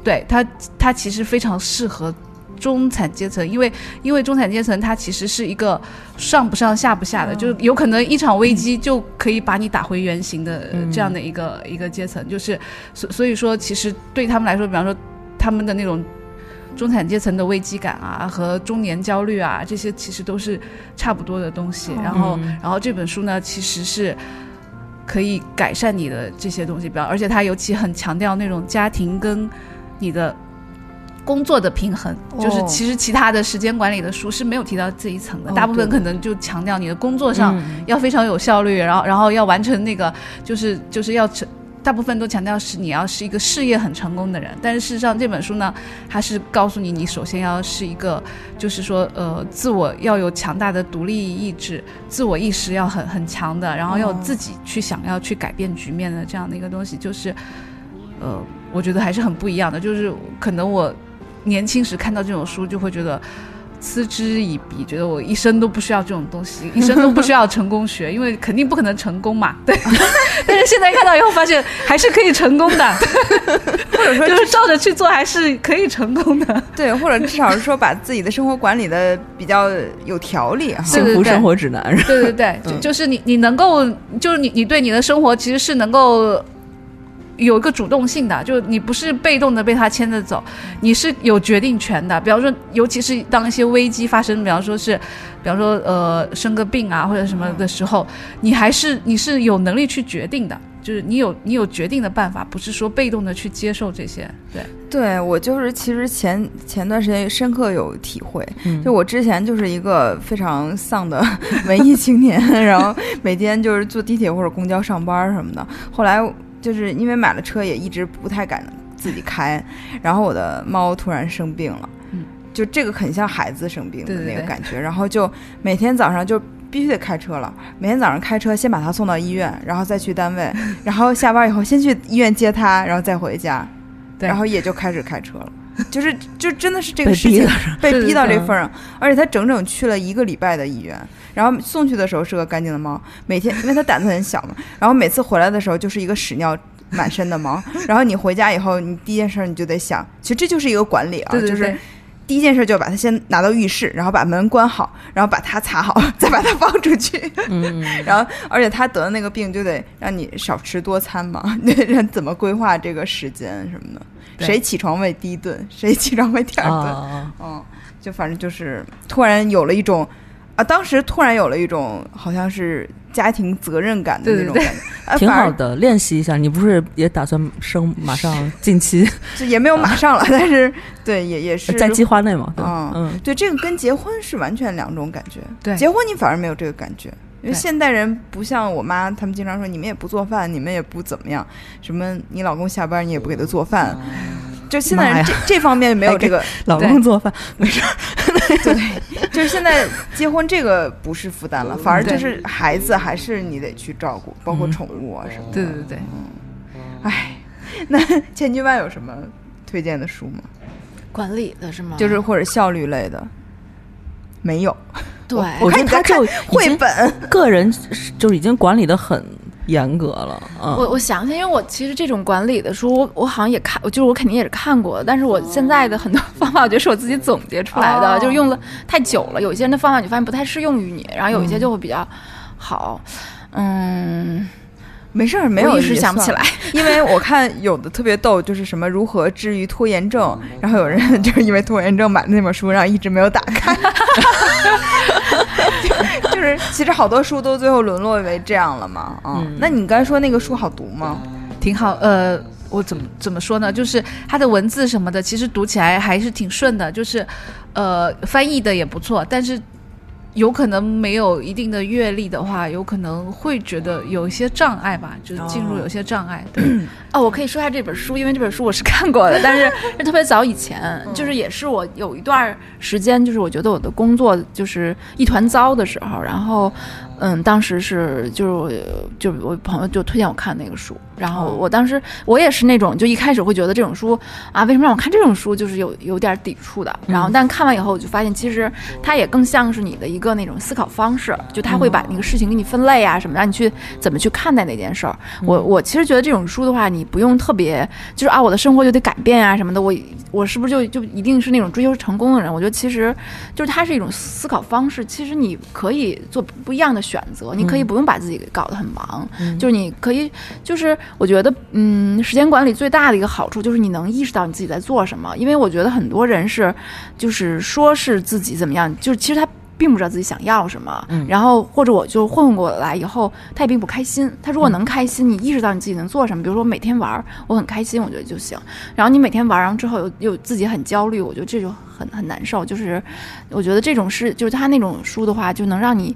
对他他其实非常适合。中产阶层，因为因为中产阶层，它其实是一个上不上下不下
嗯
的，就是有可能一场危机就可以把你打回原形的、
嗯
这样的一个一个阶层，就是所所以说，其实对他们来说，比方说他们的那种中产阶层的危机感啊，和中年焦虑啊，这些其实都是差不多的东西。
哦
然后，
嗯
然后这本书呢，其实是可以改善你的这些东西，比方，而且它尤其很强调那种家庭跟你的。工作的平衡，就是
哦
其实其他的时间管理的书是没有提到这一层的，
哦
大部分
对
可能就强调你的工作上
嗯
要非常有效率，然后然后要完成那个就是就是要成。大部分都强调是你要是一个事业很成功的人，但是事实上这本书呢，它是告诉你，你首先要是一个，就是说，呃，自我要有强大的独立意志，自我意识要很很强的，然后要有
哦
自己去想要去改变局面的这样的一个东西，就是，呃，我觉得还是很不一样的。就是可能我年轻时看到这种书，就会觉得嗤之以鼻，觉得我一生都不需要这种东西，一生都不需要成功学，因为肯定不可能成功嘛。对，但是现在看到以后发现还是可以成功 的，或者说就是照着去做还是可以成功的。
对，或者至少是说把自己的生活管理的比较有条理哈。
对
幸福生活指南，
对对对，就就是你你能够，就是你你对你的生活其实是能够。有一个主动性的，就你不是被动的被他牵着走，你是有决定权的。比方说，尤其是当一些危机发生，比方说是，比方说呃生个病啊或者什么的时候，你还是你是有能力去决定的，就是你有你有决定的办法，不是说被动的去接受这些。对，
对我就是其实前前段时间深刻有体会，
嗯
就我之前就是一个非常丧的文艺青年，然后每天就是坐地铁或者公交上班什么的。后来就是因为买了车，也一直不太敢自己开，然后我的猫突然生病了，
嗯
就这个很像孩子生病的
对对
那个
对
感觉，然后就每天早上就。必须得开车了，每天早上开车先把他送到医院，然后再去单位， 然后下班以后先去医院接他，然后再回家，
对
然后也就开始开车 了，就是就真的是这个
被
事
逼
情
的
被逼到这
对
份儿上，而且他整整去了一个礼拜的医院，然后送去的时候是个干净的猫，每天因为他胆子很小嘛，然后每次回来的时候就是一个屎尿满身的猫，然后你回家以后，你第一件事儿你就得想，其实这就是一个管理啊，
对对
就是
对。
第一件事就把它先拿到浴室，然后把门关好，然后把它擦好， 再把它放出去。
嗯，
然后，而且他得的那个病就得让你少吃多餐嘛， 那人怎么规划这个时间什么的？
对
谁起床喂第一顿，谁起床喂第二顿？
啊，
嗯，就反正就是突然有了一种啊，当时突然有了一种好像是家庭责任感的
对
那
对
种
对
感觉，啊
挺
反而
好的，练习一下。你不是也打算生马上近期
就也没有马上了， 但是对也也是
在计划内嘛？对
嗯
吧，嗯，
对，这个跟结婚是完全两种感觉。
对
结婚你反而没有这个感觉，因为
对
现代人不像我妈，他们经常说你们也不做饭，你们也不怎么样，什么你老公下班你也不给他做饭，就现在
妈
人
呀
这这方面没有这个，
老
对
公做饭，
对，就是现在结婚这个不是负担了，反而就
对
是孩子还是你得去照顾，包括
嗯
宠物啊什么的。
对对对，
哎， 那千军万有什么推荐的书吗？
管理的是吗？
就是或者效率类的，没有。
对，
我觉
看
得
你
他
在看
就已
绘
经
本，
个人就是已经管理的很严格了。嗯，
我我想想，因为我其实这种管理的书，我我好像也看，就是我肯定也是看过的，但是我现在的很多方法，我觉得是我自己总结出来的，
哦
就是用了太久了，有一些人的方法你发现不太适用于你，然后有一些就会比较好，嗯，
没事儿，没
我
有
一时
也
想不
算
起来。
因为我看有的特别逗，就是什么如何治愈拖延症，
嗯
然后有人就是因为拖延症买了那本书，然后一直没有打 开，就就是其实好多书都最后沦落为这样了嘛。啊、
嗯
那你刚才说那个书好读吗？
嗯
挺好。呃，我怎么怎么说呢？就是它的文字什么的，其实读起来还是挺顺的，就是呃翻译的也不错，但是。有可能没有一定的阅历的话，有可能会觉得有一些障碍吧，就是进入有些障碍。 对，
哦，我可以说一下这本书，因为这本书我是看过的，但是是特别早以前，就是也是我有一段时间，就是我觉得我的工作就是一团糟的时候，然后，嗯，当时是就是我就我朋友就推荐我看那个书，然后我当时我也是那种就一开始会觉得这种书啊，为什么让我看这种书，就是有有点抵触的，然后但看完以后我就发现，其实它也更像是你的一个那种思考方式，就它会把那个事情给你分类啊什么，让你去怎么去看待那件事儿。我我其实觉得这种书的话，你不用特别就是啊，我的生活就得改变啊什么的。我我是不是就就一定是那种追求成功的人？我觉得其实就是它是一种思考方式。其实你可以做不一样的选择，你可以不用把自己给搞得很忙，就是你可以就是我觉得嗯，时间管理最大的一个好处就是你能意识到你自己在做什么。因为我觉得很多人是就是说是自己怎么样，就是其实他。并不知道自己想要什么，然后或者我就混混过来以后，他也并不开心。他如果能开心，你意识到你自己能做什么，比如说我每天玩儿，我很开心，我觉得就行。然后你每天玩儿，然后之后又 又自己很焦虑，我觉得这就很很难受。就是我觉得这种事，就是他那种书的话，就能让你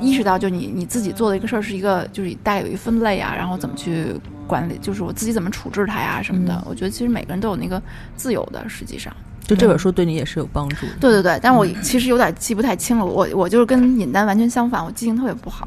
意识到，就你你自己做的一个事儿是一个，就是带有一分类啊，然后怎么去管理，就是我自己怎么处置它呀什么的。我觉得其实每个人都有那个自由的，实际上。
就这本书对你也是有帮助的。
对对对，但我其实有点记不太清了。我我就是跟尹丹完全相反，我记性特别不好。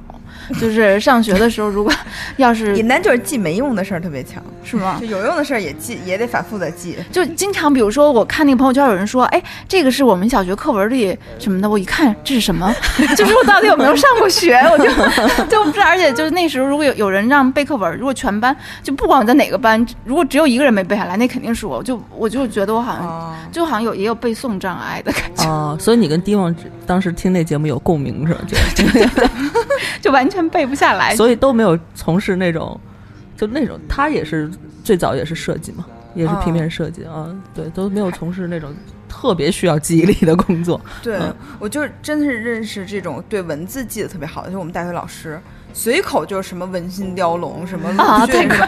就是上学的时候，如果要是
尹丹就是记没用的事儿特别强，
是吗
就？有用的事儿也记，也得反复的记。
就经常，比如说，我看那个朋友圈，有人说，哎，这个是我们小学课文里什么的，我一看这是什么，就是我到底有没有上过学，我就 就不知道。而且就是那时候，如果有有人让背课文，如果全班就不管我在哪个班，如果只有一个人没背下来，那肯定是我。就我就觉得我好像、
哦，
就好像有也有背诵障碍的 感觉，
哦，所以你跟迪旺当时听那节目有共鸣是吧？就
就完全背不下来。
所以都没有从事那种，就那种他也是最早也是设计嘛，也是平面设计
哦
啊，对，都没有从事那种特别需要记忆力的工作。
对
嗯，
我就是真的是认识这种对文字记得特别好的，就是我们大学老师，随口就是什么文心雕龙，什么
啊
鲁迅，什么，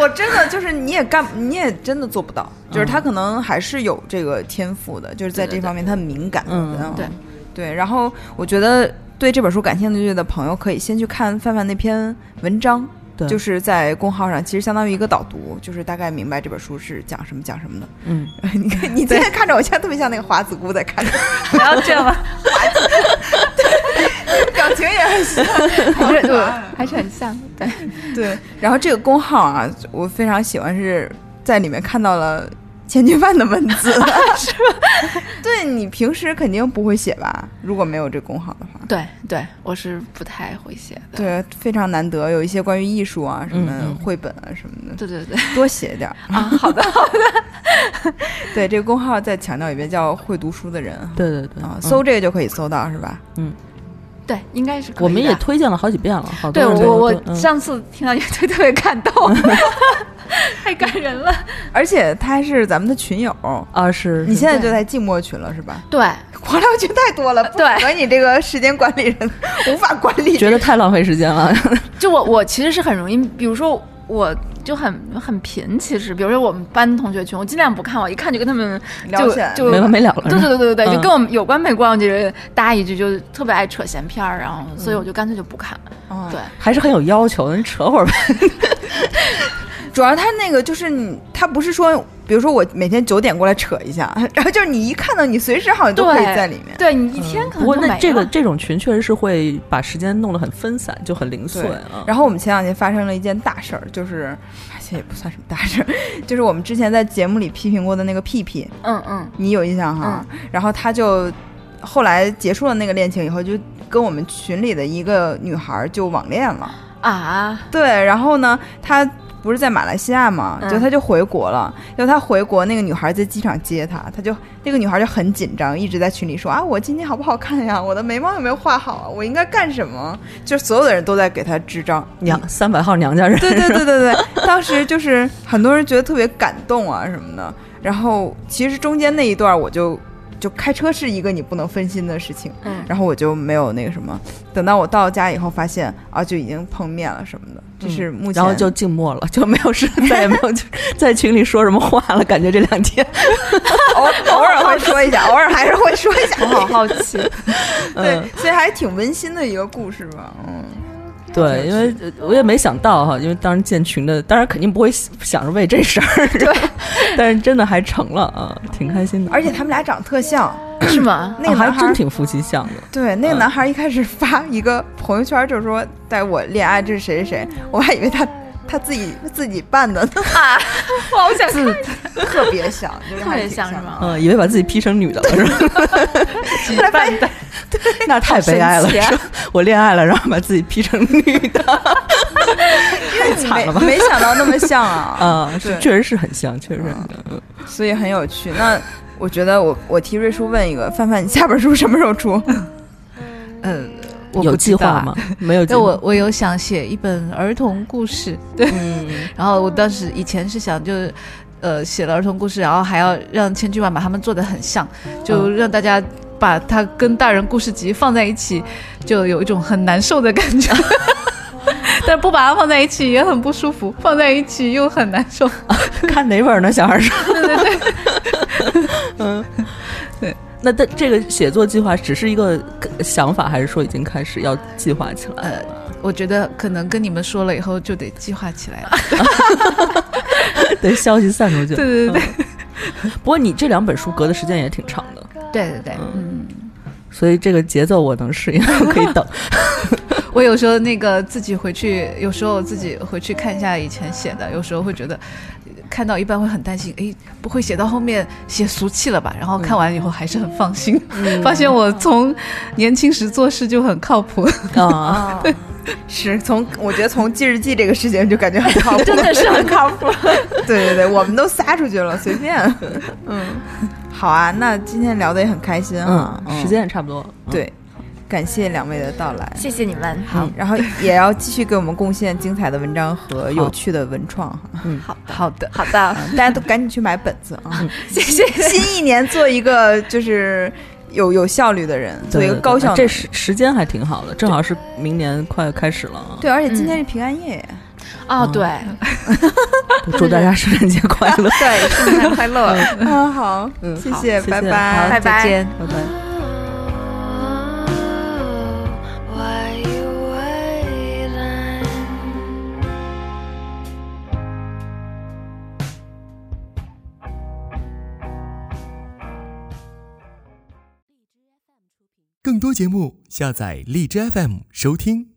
我真的就是你也干，你也真的做不到。就是他可能还是有这个天赋的，就是在
嗯对对
这方面他很敏感。啊
嗯
对
对，然后我觉得对这本书感兴趣的朋友可以先去看范范那篇文章。
对
就是在公号上，其实相当于一个导读，就是大概明白这本书是讲什么讲什么的。
嗯，
你看，你现在看着我，现在特别像那个华子姑在看着我，
不要这样吧。
表情也很像。
还是 对，还是很像。对，
对，然后这个工号啊，我非常喜欢，是在里面看到了钱军范的文 字，是吧？ 对你平时肯定不会写吧？如果没有这工号的话，
对对，我是不太会写的。
对，非常难得有一些关于艺术啊、什
嗯
么
嗯
绘本啊什么的，
对对对
多写点儿。
啊，好 的，
对，这个工号再强调一遍，叫会读书的人
对对对，
啊，
嗯
搜这个就可以搜到，是吧？
对，应该是可以的。
我们也推荐了好几遍了，好多
对
人都
我
都
我
嗯
上次听到乐队特别感动， 太感人了。
而且他还是咱们的群友。
嗯
啊是，
你
是
现在就在静默群了是吧？
对，
黄聊群太多了，不
对
符合你这个时间管理 人无法管理。
觉得太浪费时间了，
就我我其实是很容易，比如说我就很很贫，其实比如说我们班同学群，我尽量不看，我一看就跟他们
聊
就
起来
就
没完没了了。
对
是吧
对对对对，
嗯
就跟我们有关没关，就是搭一句就特别爱扯闲篇儿，然后所以我就干脆就不看。
哦
对，
还是很有要求的，你扯会儿呗。
主要他那个就是你，他不是说，比如说我每天九点过来扯一下， 然后就是你一看到你随时好像都可以
对
在里面。
对你一天
不
可能
过
就没
那这个
了
这种群确实是会把时间弄得很分散，就很零碎
对
啊。
然后我们前两天发生了一件大事儿，就是而且也不算什么大事儿， 就是我们之前在节目里批评过的那个屁屁，
嗯嗯
你有印象哈？然后他就后来结束了那个恋情以后，就跟我们群里的一个女孩儿就网恋了。
啊，
对，然后呢，他不是在马来西亚嘛，
嗯
就他就回国了。就他回国，那个女孩在机场接他，他就那个女孩就很紧张，一直在群里说啊，我今天好不好看呀？我的眉毛有没有画好啊？我应该干什么？就所有的人都在给他支招。
娘三百号娘家人，
对对对对对，当时就是很多人觉得特别感动啊什么的。然后其实中间那一段，我就就开车是一个你不能分心的事情，
嗯
然后我就没有那个什么。等到我到家以后，发现啊就已经碰面了什么的，这是目
嗯
前。
然后就静默了， 就没有事，再也没有在群里说什么话了。感觉这两 天，
偶偶尔会说一下， 偶尔还是会说一下。
我好好 奇，
对
嗯，，
所以还挺温馨的一个故事吧。嗯，
对，因为呃我也没想到哈，因为当时建群的，当然肯定不会想想着为这事儿，对， 但是真的还成了啊，挺开心的。
而且他们俩长特像，
是吗？
那个
啊
男
还
孩
真
儿。
挺夫妻相的，
对，那个
嗯
男孩儿一开始发一个朋友圈，就是说带我恋爱，这是谁谁 谁，我还以为他他自己自己办的呢，
我好想
自
特别像，就是
特
还
别
挺
像是
的？
吗？
嗯，以为把自己 P 成女的了，是吧？
后来发现
那太悲哀了。
神奇啊
说 我恋爱了，然后把自己 P 成女 的，太 惨了吧
没？没想到那么 像啊，
啊，是
对
确实是很像，确实是很像。嗯
所以很有趣。那我觉得我我替瑞叔问一个，范范，你下本书什么时候出？
嗯，我
有
不知
计划
道
吗？？没有计
但
划。
我我有想写一本儿童故事，对， 然后我当时以前是想就是。呃，写了儿童故事，然后还要让千军万马他们做的很像，就让大家把它跟大人故事集放在一起，就有一种很难受的感 觉。但不把它放在一起也很不舒服，放在一起又很难受。
看哪本呢？小孩说，对对对， 嗯，
对。
那但这个写作计划只是一个想法，还是说已经开始要计划起来？
呃，我觉得可能跟你们说了以后就得计划起来了。
呃对，消息散出去。
对对对
嗯不过你这两本书隔的时间也挺长的，
对对对，嗯。
所以这个节奏我能适应，我可以 等。
我有时候那个自己回去，有时候自己回去看一下以前写的，有时候会觉得呃看到一半会很担心，诶，不会写到后面写俗气了吧？然后看完以后还是很放心，发现我从年轻时做事就很靠谱，
啊，
哦
啊，是从我觉得从记日记这个事情就感觉很靠谱，
真的是很靠谱。
对对对，我们都撒出去了，随便。 嗯，好啊，那今天聊的也很开心啊
嗯，，时间也差不多。嗯，
对，感谢两位的到来。
谢谢你们，
好，
然后也要继续给我们贡献精彩的文章和有趣的文创哈，嗯
好好的好的，
大家都赶紧去买本子啊！
谢谢。
新一年做一个就是有有效率的人，做
对
一个
对
高
对
效能。
这时时间还挺好的，正好是明年快开始了 啊。
对，而且今天是平安夜，
哦，对
祝大家圣诞节快乐，
对，圣诞快乐，
嗯，好，
嗯
谢
好谢谢
拜
好
拜。
再
拜拜。
见。
拜拜。
Why you waiting?
更多节目，下载荔枝 FM 收听。